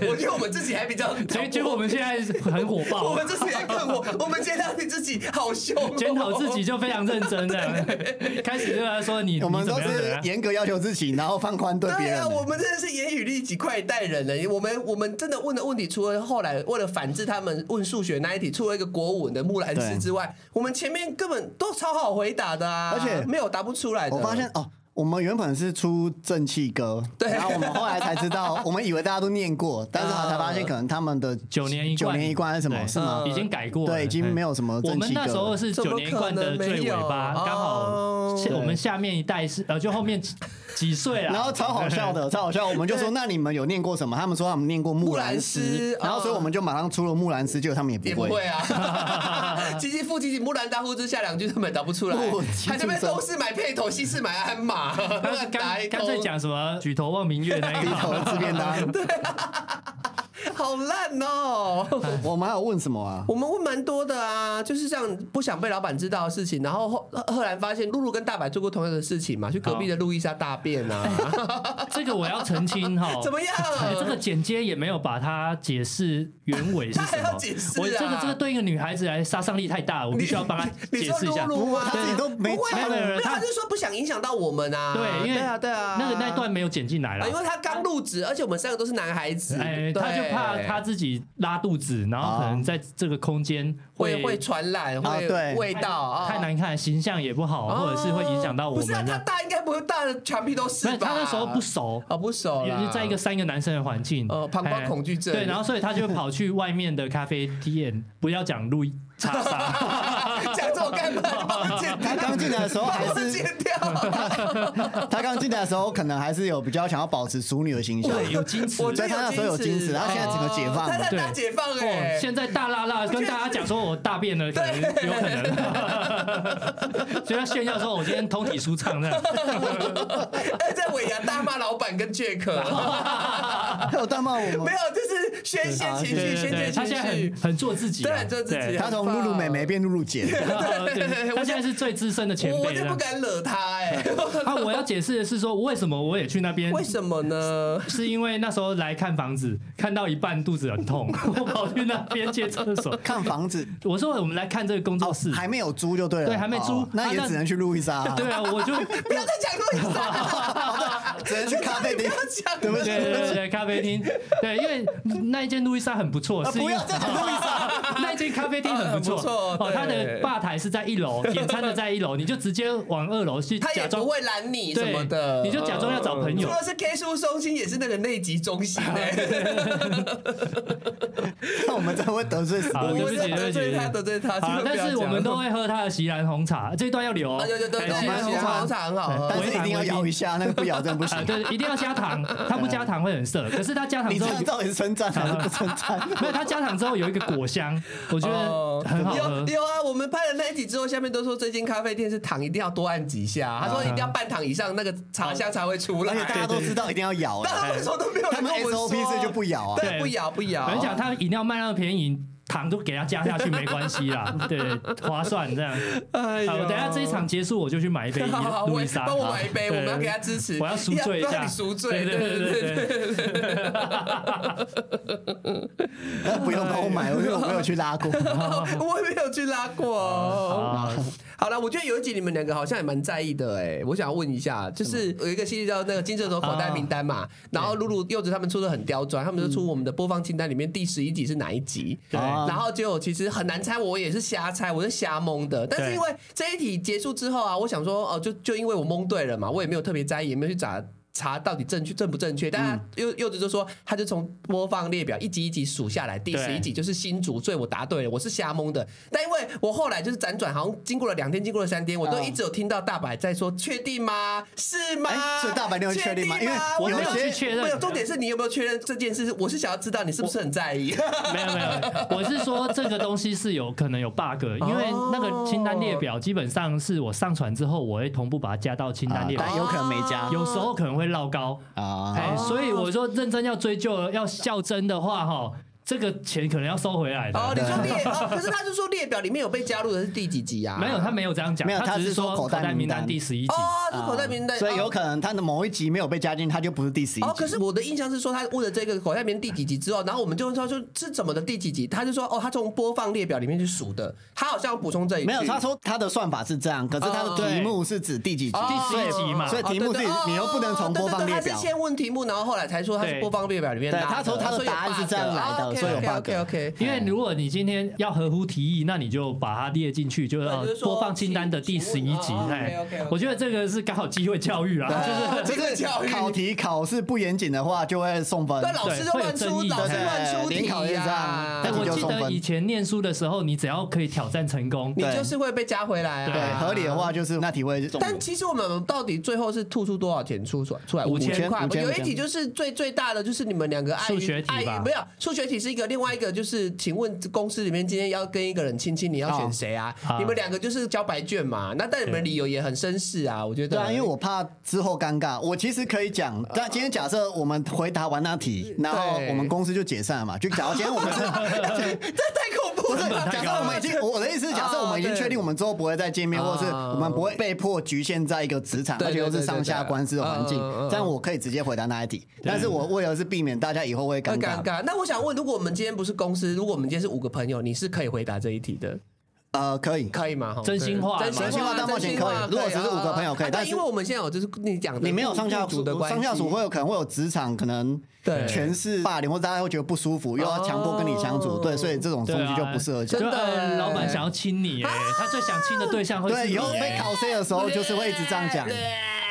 我觉得我们自己还比较挑拨，
结结果我们现在很火
[laughs] 我
爆
们，自己还更我，我们检讨你自己好凶、哦，
检讨自己。就非常认真的，开始就在说你
我
你
们
怎
都
么样
是
的。啊
严格要求自己，然后放宽对别
对
人
啊，。我们真的是严以律己，快待人了。我们我们真的问的问题，除了后来为了反制他们问数学那一题，出了一个国文的木兰诗之外，我们前面根本都超好回答的啊，
而且
没有答不出来的。
我发现哦，我们原本是出正气歌，
对
然后我们后来才知道，我们以为大家都念过，但是我才发现可能他们的
九年一
九
贯，
年一贯是什么？
对
是吗？
已经改过了，
对已经没有什么
我们
正气
那
歌
时候是
怎么
九年一贯的最尾
可能
巴，
没有
刚好
哦
下我们下面一代是呃，就后面几几岁
[laughs]
啊？
然后超好
[laughs]
笑的，超好笑。我们就说，那你们有念过什么？他们说他们念过木兰
木兰
诗
诗，哦
然后所以我们就马上出了木兰诗，结果他们也
也
不
不
会
会。啊， [laughs] 其实父亲木兰大呼之下两句根本答不
[laughs]
出来
不，
他这边东市买配头，西市买鞍
[laughs]
马，
但是
打
刚
一
刚才
通，
讲什么举头望明月那
[laughs]
一
[laughs] 低头
套，
吃
[laughs]
便当。
好烂哦。
我们还有问什么啊？
我们问蛮多的啊，就是这样不想被老板知道的事情，然后后赫然发现露露跟大白做过同样的事情嘛，去隔壁的路易莎大便啊，
这个我要澄清哈。
[laughs] 怎么样
哎？这个剪接也没有把它解释原委是什
他还
么
要解释，啊
我这个这个对一个女孩子来杀伤力太大了，我必须要帮她
你
解
说
释一下。
露露吗？
他自己都没
不会啊，
没有没有
没有，
他
他是说不想影响到我们啊，
对，因为
对啊对啊，
那个那一段没有剪进来
啊，因
了。
为他刚入职，而且我们三个都是男孩子，
哎，
对
他就怕他自己拉肚子，然后可能在这个空间
会会传染，
啊
会
对
味道啊，
太难看，形象也不好，
哦，
或者是会影响到我
不是啊，
们
他
的。
大应该不会大的全皮都是
没有
吧？
他那时候不熟，
啊不熟
也
啦，
是在一个三个男生的环境，
呃膀胱
哎
恐惧症
对，然后所以他就跑去外面的咖啡店， [laughs] 不要讲路易叉叉，
讲这种干嘛？你帮我剪
他
掉，
刚进来的时候还
帮我 [laughs]
是
剪掉。
他刚进来的时候，可能还是有比较想要保持淑女的形
[laughs]
象。
[laughs] 对，有矜持。
我
觉
觉
得
得
他那时候有矜持他现在整个解放
他在
对
大解放哎、
哦，现在大辣辣跟大家讲说我大便了，可能有可能， [laughs] 所以他炫耀说我今天通体舒畅这样。 [laughs]
哎在尾牙大骂老板跟 Jack，
他有大骂我
没
们，
有，就是宣泄情绪，
对对
宣泄
对，他
情
现在
绪
很。很做自己啊，
对很做自己
对
他从露露妹妹变露露姐，
对他现在是最资深的前
我我
辈
就不
了。
敢惹他哎、
啊，我要解释的是说，为什么我也去那边
为什么呢？
[laughs] 是因为那时候来看房子，看到一半肚子很痛， [laughs] 我跑去那边借厕所。
看房子
我说我们来看这个工作
哦
室，，
还没有租就对了，
对还没租
哦那也
啊那
只能去路易莎啊，
[laughs] 对啊，我就
不要再讲路易莎了，
只能去咖啡
不
厅
要。讲
对不
了。
对对对对咖啡厅，对，因为那一间路易莎很不错，
啊
是
不
因为
要再讲路易莎，
[laughs] 那一间咖啡厅很不错
很不错
哦，
对
它的吧台是在一楼，点餐的在一楼，你就直接往二楼去
他也
假装
不会拦你什
对
么的，
你就假装要找朋友
除了是 K 书中心，也是那个内集中心哎、
那我们真的会得罪死
好
路
对
易
不
我
起
真的得罪他，
对
得罪他。
好，
千万不要
但是我
讲
们都会喝他的席兰红茶，这一段要留哦。
啊，对对对
哎
对，
席
席
兰
兰
红
红
茶
茶
红茶很好
对
喝
但。是一定要摇一下，那个不摇真的不起
啊，。对，一定要加糖，他不加糖会很涩。可是他加糖
你这
之后
样
有，
到底是称赞还是不称赞？
没有他加糖之后有一个果香，我觉
哦
得很好喝
有。有啊，我们拍了那一集之后，下面都说这间咖啡店是糖一定要多按几下，他说一定要半糖以上，那个茶香才会出来。
嗯而
[laughs]
且大家都知道一定要咬，哎
但他们说都没有
他
人
们
跟我说
SOP 是就不咬啊。
对，不咬不咬。
我跟你讲，他饮料卖那么便宜，糖都给他加下去没关系啦，
[laughs]
对，划算这样。
哎呦
好，我等一下这一场结束，我就去买一杯
[laughs] 好好好，
路
我
易莎，
帮我买一杯，我
对
们要给他支持，
我要赎罪一
要
下，
你赎罪，
对
对
对
对。
[laughs] 对对。
呃不用帮我买，因为我没有去拉过。
我也没有去拉过哦。
啊，
好了，我觉得有一集你们两个好像也蛮在意的哎，我想要问一下，就是有一个系列叫那个金色手口袋名单嘛，然后露露、柚子他们出的很刁钻，他们就出我们的播放清单里面第十一集是哪一集，
对
啊
然后结果其实很难猜，我也是瞎猜，我是瞎蒙的。但是因为这一题结束之后啊，我想说哦，就就因为我蒙对了嘛，我也没有特别在意，也没有去查查到底正确正不正确。但他柚柚子就说，他就从播放列表一集一集数下来，第
对
十一集就是新竹，所以我答对了，我是瞎蒙的。但因为我后来就是辗转，好像经过了两天，经过了三天，我都
嗯
一直有听到大白在说，确定吗？是吗？
哎所以大白你有确定吗因为
我
我没有
有些
去确认，
没有，重点是你有没有确认这件事？我是想要知道你是不是很在意。
[laughs] 没有没有，我是说这个东西是有可能有 bug，因为那个清单列表基本上是我上传之后，我会同步把它加到清单列表
啊，但有可能没加
有时候可能会绕高，
啊。
哎，所以我说认真要追究要较真的话，哈，这个钱可能要收回来
哦，
的。
你说列哦，可是他就说列表里面有被加入的是第几集啊？
没有，他没有这样讲
没，有他
只
是说
说
口袋
袋
名
名
单
第十一集。
哦，是口袋名单，
所以有
哦
可能他的某一集没有被加进，他就不是第十一
哦，可
集。
是我的印象是说，他问了这个口袋名单第几集之后，然后我们就问他说是怎么的第几集，他就说哦，他从播放列表里面去数的，他好像要补充这一句
没有，他说他的算法是这样，可是他的
哦
题目是指第几集？
哦
第十一集嘛
所以题目是
哦对对哦
你又不能从播放列
对
表
对对他是先问题目，然后后来才说他是
对
播放列表里面
对
拉
他说他的
所以有
答案是这样
bug
来的
哦
所以有 bug
OK OK，
因
哎
为如果你今天要合乎提议，那你就把它列进去，就是
对
呃
就是说哦
播放清单的第十一集
请问。哦
哎
OK，OK，OK，
我觉得这个是刚好机会教育啦，就是
啊这个教育
考题考试不严谨的话，就会送分。
对老师就乱
对
出，
会有争议
老师
对
乱出
联考也
题
是这
呀
样，那
但哎我
你就
记
送
得
分
以前念书的时候，你只要可以挑战成功，
你
对啊
就是会被加回来啊。
对合理的话就是那题会中。
但其实我们到底最后是吐出多少钱出出出来？
五千
块
五。千
有一
五千
题就是最最大的，就是你们两个碍于
数学题
碍于
吧
没有数学题是一个，另外一个就是，请问公司里面今天要跟一个人亲亲，你要选谁啊？
啊
你们两个就是交白卷嘛。那但你们理由也很绅士啊，我觉得。
对啊，因为我怕之后尴尬。我其实可以讲，但今天假设我们回答完那题，然后
对
我们公司就解散了嘛。就假如今天我们是，
[laughs] [laughs] 这太恐怖
不是
了。
假设我们已
呃
经，我的意思是，假设我们已经
啊对
确定我们之后不会再见面，
啊
或者是我们不会被迫局限在一个职场，
对
而且又
对对
是上下官司的环
对对
境
对嗯嗯嗯嗯，
这样我可以直接回答那一题。但是我为了是避免大家以后会尴
很
尬
尴，尬。那我想问，如果我们今天不是公司，如果我们今天是五个朋友，你是可以回答这一题的，
呃，可以。
可以吗？吼
真心话
对真
真
心
心
话，
话到目前
真心话
可以如果只是五个朋友可以
啊啊
但
但
是
因为我们现在有就是你讲的，
你没有上下
组
属
的，关系
上下属会有可能会有职场可能
对
全是霸凌，或者大家会觉得不舒服，又要强迫跟你相处，
哦
对，所以这种
对
东
啊
西就不适合讲。
真的
就呃
欸
老板想要亲你，哎，他最想亲的对象会是
啊对，
你
以后被
哎。
考 C 的时候就是会一直这样讲，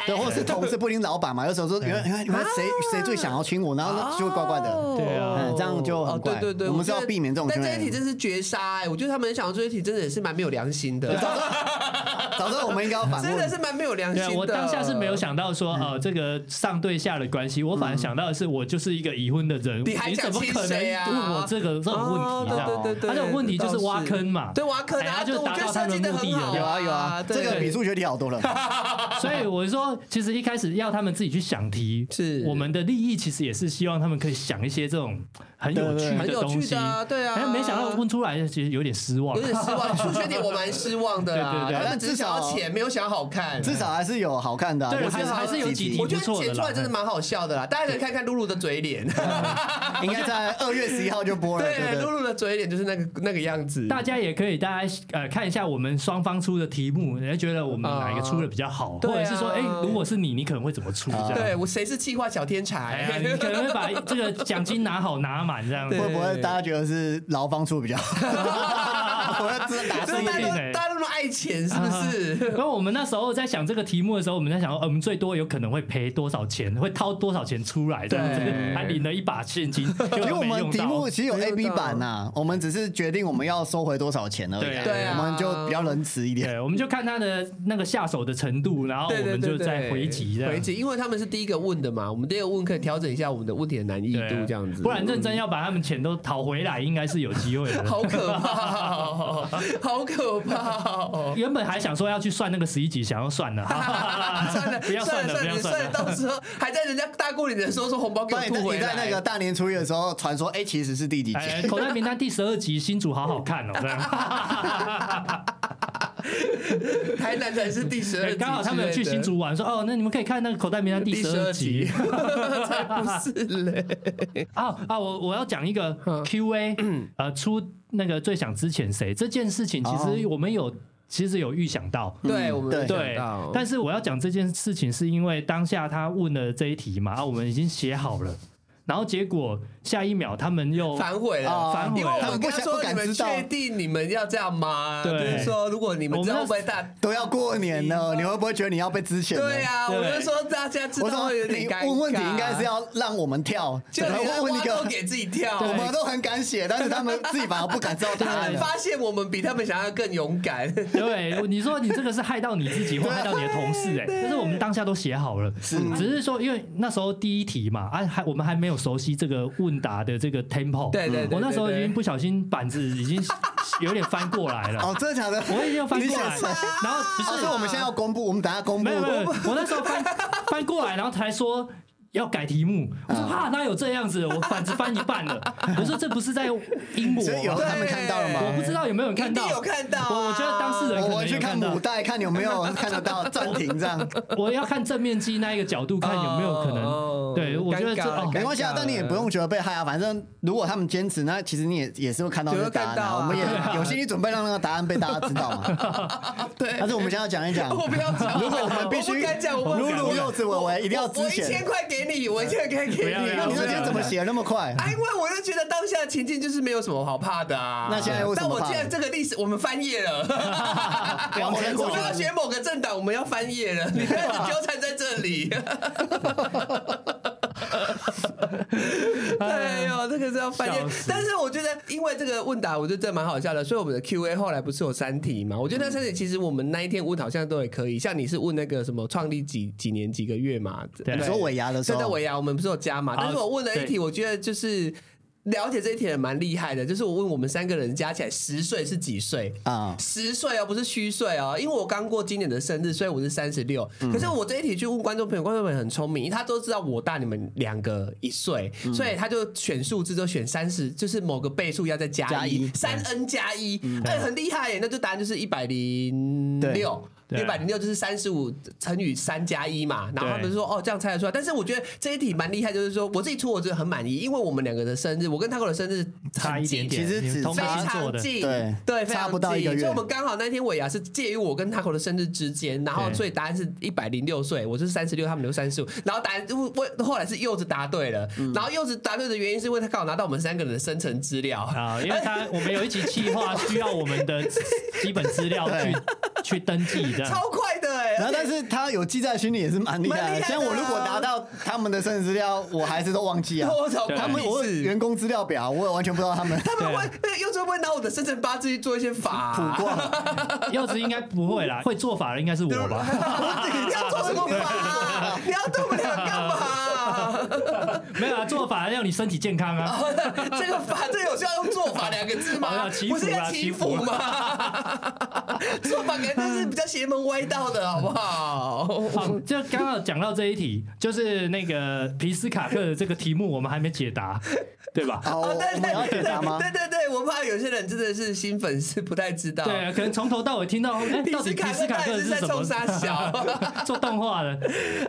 对，或者是同事不一定老板嘛，有时候说原来原来原来谁谁最想要亲我，然后就会怪怪的。
对啊
嗯这样就很
哦对
怪
对对，
我们是
觉得
要避免这种
但这
行
一
为
题真是绝杀哎！我觉得他们想到这一题真的也是蛮没有良心的，
早知道我们应该要
[laughs]
反
真的
问
是，蛮没有良
对
心
啊，
的。
我当下是没有，想到
嗯
说，呃，这个上对下的关系，我反而想到的是，我就是一个已婚的人，
你还
怎
想
么
亲
可能
谁啊
问我这个这种问题这样？
哦对对对对
他这种问题就是挖坑嘛，
对挖坑
哎
啊，
他就
我
达
觉得
到他
设计
的
的
目
很
的
好
了。
有啊有啊，
对
这个比数学题好
[laughs]
多了。
所以我说，其实一开始要他们自己去想题，
是
我们的利益其实也是希望他们可以想一些这种很有趣
很
的
有
东
趣
西
的。啊，对啊，
哎，没想到问出来，其实有点失望
有。点失望，数学题我蛮失望的啦，
对对对
他们只是想要钱，没有想要好看，
至少还是有好看的啊，
对
不
还是
说
还是有几题
我觉得剪出来真的蛮好笑的啦，大家可以看看露露的嘴脸。
应该在二月十一号就播了，对
[laughs] 对，
对
露
对。
露的嘴脸就是那个那个样子。
大家也可以大家呃看一下我们双方出的题目，你会觉得我们哪一个出的比较好，
对啊
或者是说，哎、如果是你，你可能会怎么出这样？
对我谁是气化小天
哦哎呀，你
才？
可能会把这个奖金拿好拿满这样子。
对
会不会大家觉得是劳方出比较好？我要真打 [laughs]
就是
[laughs]
生
大家
意
一定
都
欸
大家都么爱钱，是不是？
然后我们那时候在想这个题目的时候，我们在想说，呃我们最多有可能会赔多少钱，会掏多少钱出来这样
对
子，还领了一把现金，结
因为
果
我
没用
们题
到
目。其实有
没
A
用
B
到
版呐、我们只是决定我们要收回多少钱而已、
对啊
对啊
我们就比较仁慈一点。
对，我们就看他的那个下手的程度，然后
对
我
对
们
对
就
对，
再啊回击这样
回击，因为他们是第一个问的嘛，我们第一个问可以调整一下我们的问题的难易
对
度，这样子，
不然认真要把他们钱都讨回来，应该是有机会的。
好可怕、哦，好可怕、
[laughs]
哦。
原本还想说要去算那个十一集，想要算了，
算了，
不要
算
算了，不要
了，算
算
了，
了。
到时候还在人家大过年的时候说红包给我
不然
吐
你
回
在
来。
那个大年初一的时候传说，哎、其实是第几
哎，
集？
口袋名单第十二集，新主好好看哦，这样。
台南才是第十二
对
集，
哎刚好他们有去新竹玩，说哦，那你们可以看那个口袋名单第
第
十
十
二
二集
集，
[laughs] 才
[laughs]
不 [laughs] 是嘞。
啊啊！我我要讲一个
嗯哦
Q&A，呃，出那个最想之前谁这件事情，其实我们有其实有预想到，
对，我们
对
没嗯想
对
到，，
但是我要讲这件事情，是因为当下他问了这一题嘛，啊，我们已经写好了，然后结果下一秒他们又
反悔
哦
了，
反悔
因为我
了
他
们
们不
跟他
想
说
不
你
敢
们
知道
确定你们要这样吗？
对
就是说如果你们
我们
知道
那
会不会大？
[laughs] 都要过年了，你会不会觉得你要被支遣？
哎对
呀、
呀，
对
我就说大家知
啊我
道
说
会有
你
点尴尬。啊
问问题应该是要让我们跳，
[laughs] 就
怎么
你在
会问一
挖
个
洞给自己跳。
我们都很敢写，但是他们自己反而不敢知道答
他
案
[laughs] 们
了。
发现我们比他们想要更勇
[laughs]
敢。
[laughs] 对，你说你这个是害到你自己或害到你的同事哎、但是我们当下都写好了，只是说因为那时候第一题嘛，啊还我们还没有熟悉这个问答的这个 tempo，
对对对
我那时候已
对
经
对
不小心板子已经有点翻过来了，
哦，真的假的？
我已经翻
你
过
写
来
错
了，然后不
哦所
是
以我们现在要公布，我们等下公布
没。有没有，没有我那时候翻翻过来，然后才说。要改题目，我说哈，哪有这样子？我板子翻一半了。我说这不是在阴我
所以有
吗？
他们看到了
对
我
吗？
不知道有没有人
一
看
定
到，
有看到啊
我我觉得当事人
我
可能
回去
有
看
看到
母。带，看有没有看得到暂停这样。
[laughs]
我要看正面击那一个角度，看有没有可能。
哦
对，我觉得这
尴尬
哦
尴尬
没关系啊，但你也不用觉得被害啊。反正如果他们坚持，那其实你也也是会看到那个答案
就会看
啊。
到啊
我们
[laughs] 对
也
啊
有心理准备，让那个答案被大家知道嘛。
[laughs] 对
但，是我们现在要讲一讲，
[laughs] 我不要讲。
如果我们必须
我不敢讲，我不
如
敢
如柚子，我我一定要
我
支
一千
钱。
块给你，我一千块给
不
你。
要不要
那你那天怎么写得那么快？
啊，因为我就觉得当下的情境就是没有什么好怕的啊。
那现在为什么
但我
怕
既然这个历史我们翻页
[laughs]
了，
我们
我们要选某个政党，我们要翻页
[laughs]
了，你不要一直纠缠在这里。哎呦，这个是要翻页
笑死，
但是我觉得，因为这个问答，我觉得这蛮好笑的，所以我们的 Q&A 后来不是有三题嘛？我
嗯
觉得那三题其实我们那一天问好像都也可以，像你是问那个什么创立几几年几个月嘛？
对
你说尾牙的时
对，在
候，
尾牙我们不是有加嘛？
好
但是我问了一
对
题，我觉得就是了解这一题也蛮厉害的，就是我问我们三个人加起来十岁是几岁？
啊，
十岁哦，不是虚岁哦，因为我刚过今年的生日，所以我是三十六。
嗯
可是我这一题去问观众朋友，观众朋友很聪明，他都知道我大你们两个一岁，
嗯
所以他就选数字就选三十，就是某个倍数要再加
加
一
一，
三 n 加一，
嗯
哎，很厉害耶！那就答案就是一百零六。
对
一百零六就是三十五乘以三加一嘛，然后他们说哦这样猜得出来，但是我觉得这一题蛮厉害，就是说我自己出我觉得很满意，因为我们两个的生日，我跟 Taco 的生日
差
很
一
近
点点，
其实只
你们同
非
时做
常
的，
近，
对
对，非
差
常
不到一个
近
月
所以我们刚好那天尾牙是介于我跟 Taco 的生日之间，然后
对
所以答案是一百零六岁，我就是三十六，他们留三十五，然后答案我我后来是柚子答对了，
嗯
然后柚子答对的原因是因为他刚好拿到我们三个人的生辰资料。
啊，因为他我们有一集企划需要我们的基本资料
[laughs]
去去登记这样。
超快的哎、
然
欸
后，但是他有记在心里也是蛮厉害
蛮
的。
厉害的啊
像我如果拿到他们的生日资料，我还是都忘记啊。
[laughs] 我操，
对
他们我有员工资料表，我也完全不知道
[laughs]
他们
他们
对
会那个柚子会不会拿我的生辰八字去做一些法、
补 [laughs] 过。
[laughs] 柚子应该不会啦，会做法的应该是我吧？
你要做什么法？你要对我们俩干嘛？
没有啊，做法要你身体健
[laughs]
康啊。
这个法，这有需要用“做法”两个字
好
吗
要？祈福啊
不是
啦
要祈福吗？ [laughs] 做法感觉就是比较邪门歪道的，好不
哦
好？
好，就刚刚讲到这一题，就是那个皮斯卡克的这个题目，我们还没解
[laughs]
答，对吧？
好，我
啊哦对
们要解答吗
对？对对，我怕有些人真的是新粉丝不太知道。哎
对啊，可能从头到尾听到，
[laughs]
哎，到底皮
克
斯卡
到
克
底
是
在
什么
冲？啥小？ [laughs]
做动画的，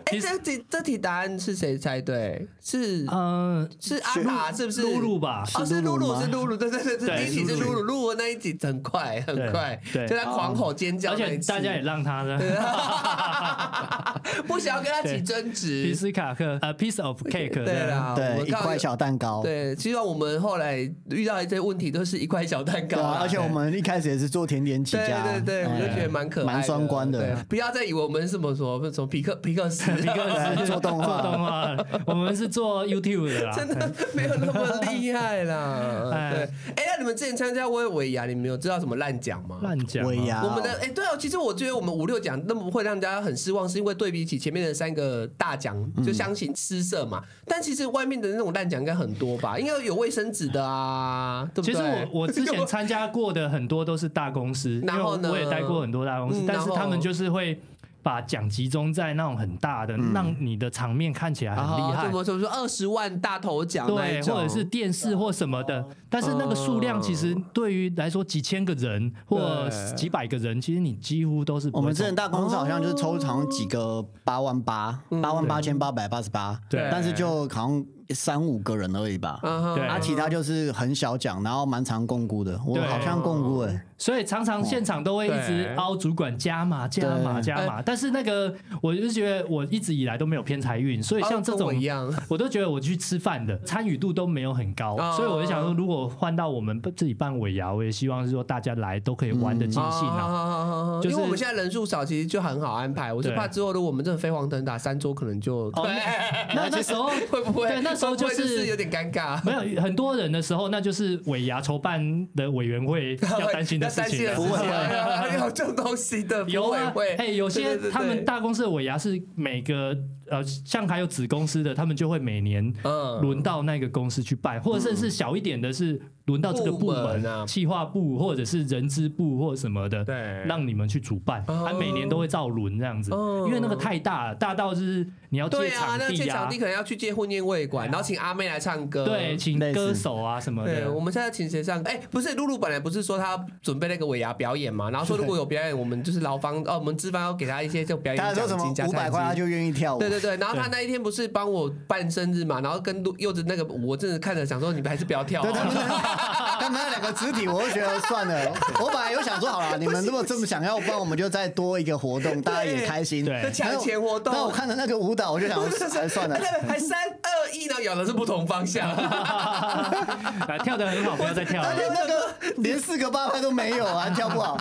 哎，
其实
这题这题答案是谁猜对谁？是
呃
嗯，
是阿卡是不是？
露露吧，
哦，是露
露露
露，
吗
是露露，对对对，
对
对第一集是
露
露
露
露，露露那一集很快很
对
快，
对
就他狂吼尖叫
而
那
且
一次，
大家也 [laughs] 让他呢。
[laughs] 啊不想要跟他起
对
争
皮
执，
斯卡克，呃，piece of cake，
对啦，我
对，
们
一
刚
块小蛋糕。
对，希望我们后来遇到一些问题都是一块小蛋糕
对啊
啦，
而且我们一开始也是做甜点
[laughs]
起
对
家，
对对，我
哎
就觉得蛮可爱的，
蛮双关的
对不要再以为我们是什么什么什么皮克皮克
[laughs]
斯，
皮
[laughs]
克斯
做动画
做动画，我们是做 YouTube 的
[laughs]
啦。
真的没有那么厉害
[laughs]
啦。
哎
对，哎，那你们之前参加薇薇娅，你们有知道什么烂奖吗？
乱讲啊，
尾牙，
我们的哎、对哦，其实我觉得我们五六奖那么会让人家很失望，是因为对比起前面的三个大奖，
嗯
就相形失色嘛。但其实外面的那种烂奖应该很多吧，应该有卫生纸的啊，对不
其
对？
实我我之前参加过的很多都是大公司，因
[laughs] 然
为
后呢
我也待过很多大公司，
嗯
但是
然后
他们就是会把奖集中在那种很大
嗯
的，让你的场面看起来
然
很
后
厉害
啊什。么什么说二十万大头奖那
对
一，种，
或者是电视或什么的，但是那个数量其实对于来说几千个人或
对
几百个人，其实你几乎都是不
我
会
们之
中
前大公司好像就是抽好像几个八万八、八万八千八百八十八，
对
但是就好像三五个人而已吧。
嗯哼
对
啊，其他就是很小奖，然后蛮常共估的，我
对
好像共估哎，
所以常常现场都会一
哦
直凹主管加码、加码、
对
加码，但是那个我就觉得我一直以来都没有偏财运，所以
哦
像这
跟我
种
一样，
我都觉得我去吃饭的参与度都没有很高，
哦
所以我就想说，如果换到我们自己办尾牙，我也希望是说大家来都可以玩的尽兴啊。
啊
就是
因为我们现在人数少，其实就很好安排。我是
对
怕之后如果我们真的飞黄腾达，三桌可能就 [laughs]
哦
哎
那那时候
会不会
对那时候
会不会
就
就是有点尴尬，
没有很多人的时候，那就是尾牙筹办的委员会要担心的事
[laughs]
情
要担心的事情
了。
不会
啊 [laughs] 有这种东西的，
有
不
啊
会，
哎、有些
对对对
他们大公司的尾牙是每个呃，像还有子公司的，他们就会每年
嗯，
轮到那个公司去办，或者甚至小一点的是轮到这个
部
部
门啊
门、企划部或者是人资部或什么的，
对
让你们去主办，
哦
他每年都会照轮这样子，
哦
因为那个太大了，大到就是你要借
对啊，
场
那借
地
场
啊
地，可能要去借婚宴会馆，然后请阿妹来唱歌，
对，。请
类似
歌手啊什么
对，
的
我。们现在请谁上？哎、不是，露露本来不是说她要准备那个尾牙表演嘛，然后说如果有表演，我们就是劳方哦，我们资方要给她一些就表演
大家说什
奖
么
金加
五百
餐
块他
金。
就愿意跳舞
对，对对，然后他
对
那一天不是帮我办生日嘛，然后跟柚子那个舞，我真的看着想说，你们还是不要跳、
对他
啊。
们那他们那两个肢体，我就觉得算了。我本来有想说好了，你们如果这么想要，不然我们就再多一个活动，大家也开心。
对
这抢钱活动
但我看着那个舞蹈，我就想
不是
哎算了。
还三二一，然后咬的是不同方向。
[laughs]
啊，跳的很好，不要
[laughs]
再跳了
而。且那个 [laughs] 连四个八拍都没有，还跳不好。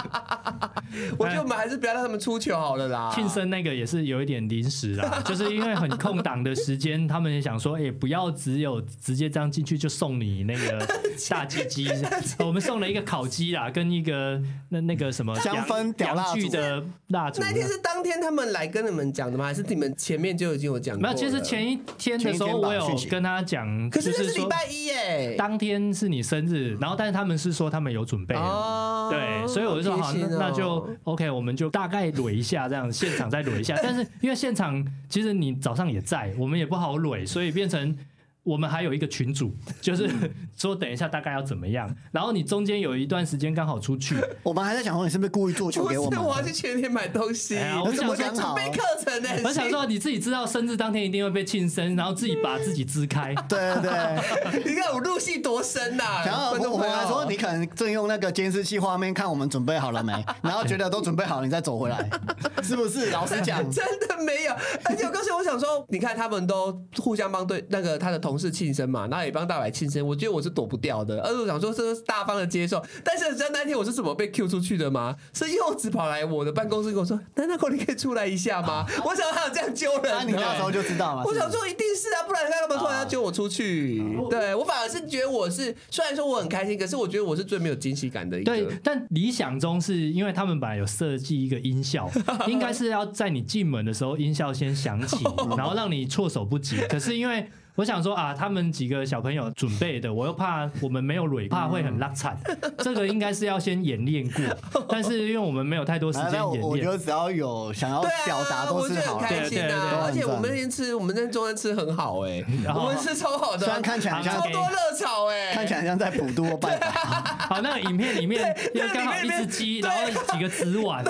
我觉得我们还是不要让他们出糗好了啦。
庆生那个也是有一点临时啦，就是因为很空档的时间，他们也想说，哎、不要只有直接这样进去就送你那个大鸡鸡，我们送了一个烤鸡啦，跟一个那那个什么
香
洋
氛屌蜡
洋具
烛
的蜡烛。啊
那一天是当天他们来跟你们讲的吗？还是你们前面就已经有讲过
没
了？
有，其实前一天的时
前一
候
天吧
我有
讯息
跟他讲，
可是
就
那
是
是
说
礼拜一耶。
当天是你生日，然后但是他们是说他们有准备。
哦
对，所以我就说好，
贴
那
心哦
那就 OK，我们就大概捋一下，这样现场再捋
[laughs]
一下。但是因为现场其实你早上也在，我们也不好捋，所以变成我们还有一个群组，就是 [laughs] 说等一下大概要怎么样。然后你中间有一段时间刚好出
[laughs]
去，
我们还在想说你是不是故意做球
不
给
是，
我们？
我要去全年买东西。
哎呀我
我
想说
在准备课程呢。
我想说你自己知道生日当天一定会被庆生，然后自己把自己支开。
对对对，
你看我入戏多深呐、
然后
[laughs] 观众
我
朋
们
友
还说你可能正用那个监视器画面看我们准备好了没，然后觉得都准备好了，你再走回来，是不是？老实讲，
真的没有，而且我告诉你，我想说， [laughs] 你看他们都互相帮对那个他的同事庆生嘛，然后也帮大白庆生，我觉得我是躲不掉的，而且我想说这是大方的接受，但是你知道那天我是怎么被 Q 出去的吗？是柚子跑来我的办公室跟我说：“娜娜狗，你可以出来一下吗？”我想他有这样揪
那
人
你那时
的。
候就知道了。
我
是不
想
是
说一定是啊，不然他们突然要揪我出去，对我反而是觉得我是虽然说我很开心，可是我觉得我是最没有惊喜感的一个。
对，但理想中是因为他们本来有设计一个音效，应该是要在你进门的时候音效先响起，然后让你措手不及。可是因为我想说啊，他们几个小朋友准备的，我又怕我们没有蕊，怕会很拉惨。这个应该是要先演练过，但是因为我们没有太多时
反
间
正我
演
我觉
练。
得只要有想要
对啊，
表达都
我
是
觉得
好
很
的。
开心
对对对
啊！而且
都很赞
我们那天吃，我们在中餐吃很好哎、
然后
我们吃超好的，啊
虽然看起来很像
超多热炒哎、
看起来像在普渡或拜访，
好，那个影片里面
对
要刚好一只鸡，
那
然
个
后
里面
几个纸碗，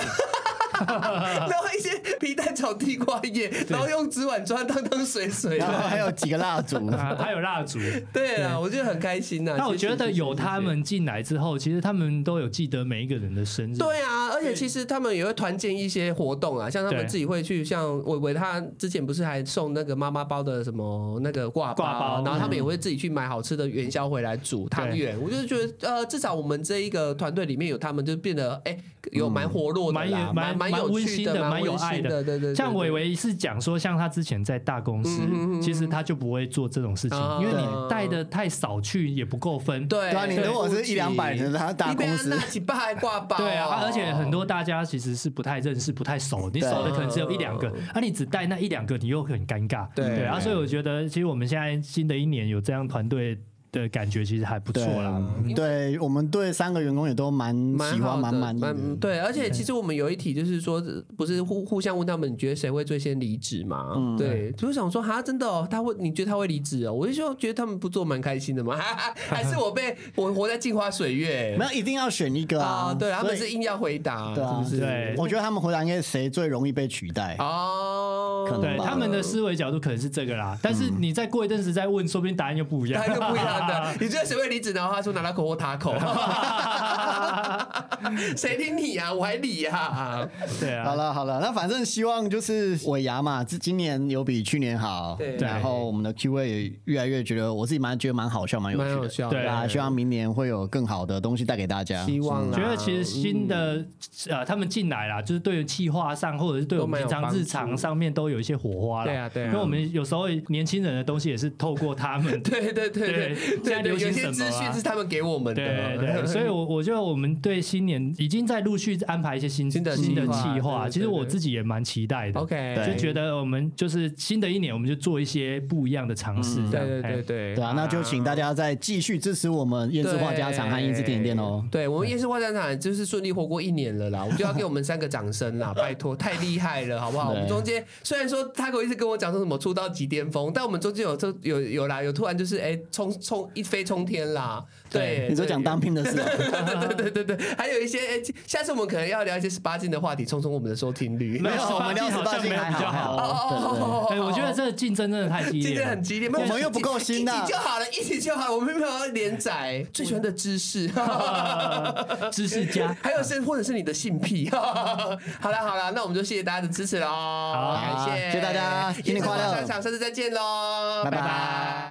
然后一些皮蛋炒地瓜叶，然后用纸碗装当当水水
然。后还有几个蜡烛，
啊还有
[laughs]
蜡烛。
对啊，我觉得很开心呐、
但我
谢谢
觉得
谢谢
有
谢谢
他们进来之后，其实他们都有记得每一个人的生日。
对啊，而且其实他们也会团建一些活动啊，像他们
对
自己会去，像伟伟他之前不是还送那个妈妈包的什么那个挂
挂包
然后他们也会自己去买好吃的元宵回来煮汤圆。我就觉得呃，至少我们这一个团队里面有他们，就变得哎、有蛮活络的
蛮
啦，
有
蛮
蛮蛮
有
温
趣
馨的蛮
蛮
有
温
爱
馨
的
的，对对对。
像
对
伟伟是讲说，像他之前在大公司
嗯哼嗯，哼
其实他就不会做这种事情
啊，
因为你带的太少去也不够分。
对
对啊，你如果是一两百人，然后大
你被
公
他
司
拿，几把挂包，
对啊，而且很多大家其实是不太认识、不太熟，你
对
熟的可能只有一两个
嗯，
啊，你只带那一两个，你又很尴尬。
对
对啊，所以我觉得其实我们现在新的一年有这样团队的感觉，其实还不错
对
啦。
对我们对三个员工也都蛮
蛮
喜
好
欢、
的，
蛮满意的。
对，而且其实我们有一题就是说，不是互互相问他们，你觉得谁会最先离职嘛？
嗯
对，就是想说，哈，真的哦，他会，你觉得他会离职哦？我就说，觉得他们不做蛮开心的嘛， [laughs] 还是我被我活在镜花水月
没有一定要选一个
啊？
啊，
对，他们
所以
是硬要回答，
对
是
啊
不是？
对
我觉得他们回答应该是谁最容易被取代。
哦，
可能
对
吧
他们的思维角度可能是这个啦，但是
嗯
你再过一阵子再问，说不定答案又不一样
他。就不一样的，你觉得谁会离职？然后他说拿拉口或塔口， [laughs] 谁理你啊？我还理啊？
[laughs] 对
好
啊，
了好了，那反正希望就是尾牙嘛，这今年有比去年好，
对
然后我们的 Q A 也越来越觉得，我自己蛮觉得蛮好笑，蛮有
蛮有
趣的，
效的，
对
对啊，希望啊明年会有更好的东西带给大家。
希望啊啦
觉得其实新的呃，他们进来啦，就是对于企划上，或者是对我们平常日常上面都有一些火花啦。
对啊对啊
因为我们有时候年轻人的东西也是透过他们
[laughs] 对对对
对
对
现
对
在
对，
流行
有些
什么
资讯
啊
是他们给我们的，
对对，所以我我觉得我们对新年已经在陆续安排一些新
新的
新的
计划
计
对
划，
对
其实
对
我
对
自己也蛮期待
[laughs]
的。
OK，
对
就觉得我们就是新的一年，我们就做一些不一样的尝试。这样
嗯对对对
哎
对，
对啊，那就请大家再继续支持我们燕之画家常和燕之甜点店哦。
对我们夜市画展场就是顺利活过一年了啦，我们就要给我们三个掌声啦，拜
[laughs]
托，太厉害了，好不好？我
对
们中间虽然说他狗一直跟我讲说什么出道即巅峰，但我们中间有这有有啦，有突然就是哎冲冲一飞冲天啦，对，
你说
对
讲当。兵的事哦，
[laughs] 对对对对对，还有一些，哎，下次我们可能要聊一些十八禁的话题，冲冲我们的收听率。
没有我们聊
18
18禁
没有
还
比较
好
好。
哦
哎，我觉得这个竞争真的太激
竞
烈
争很
了。
激烈，
我们又不够新呐
一起就好了，一起就好了，我们没有要连载。
[laughs]
最喜欢的知识，
知
[laughs]
识家，
还有是或者是你的性癖。 [laughs] 好了好了，那我们就谢谢大家的支持喽，
好
感谢
谢谢大家新年快乐
上场，下次再见喽，
拜拜
拜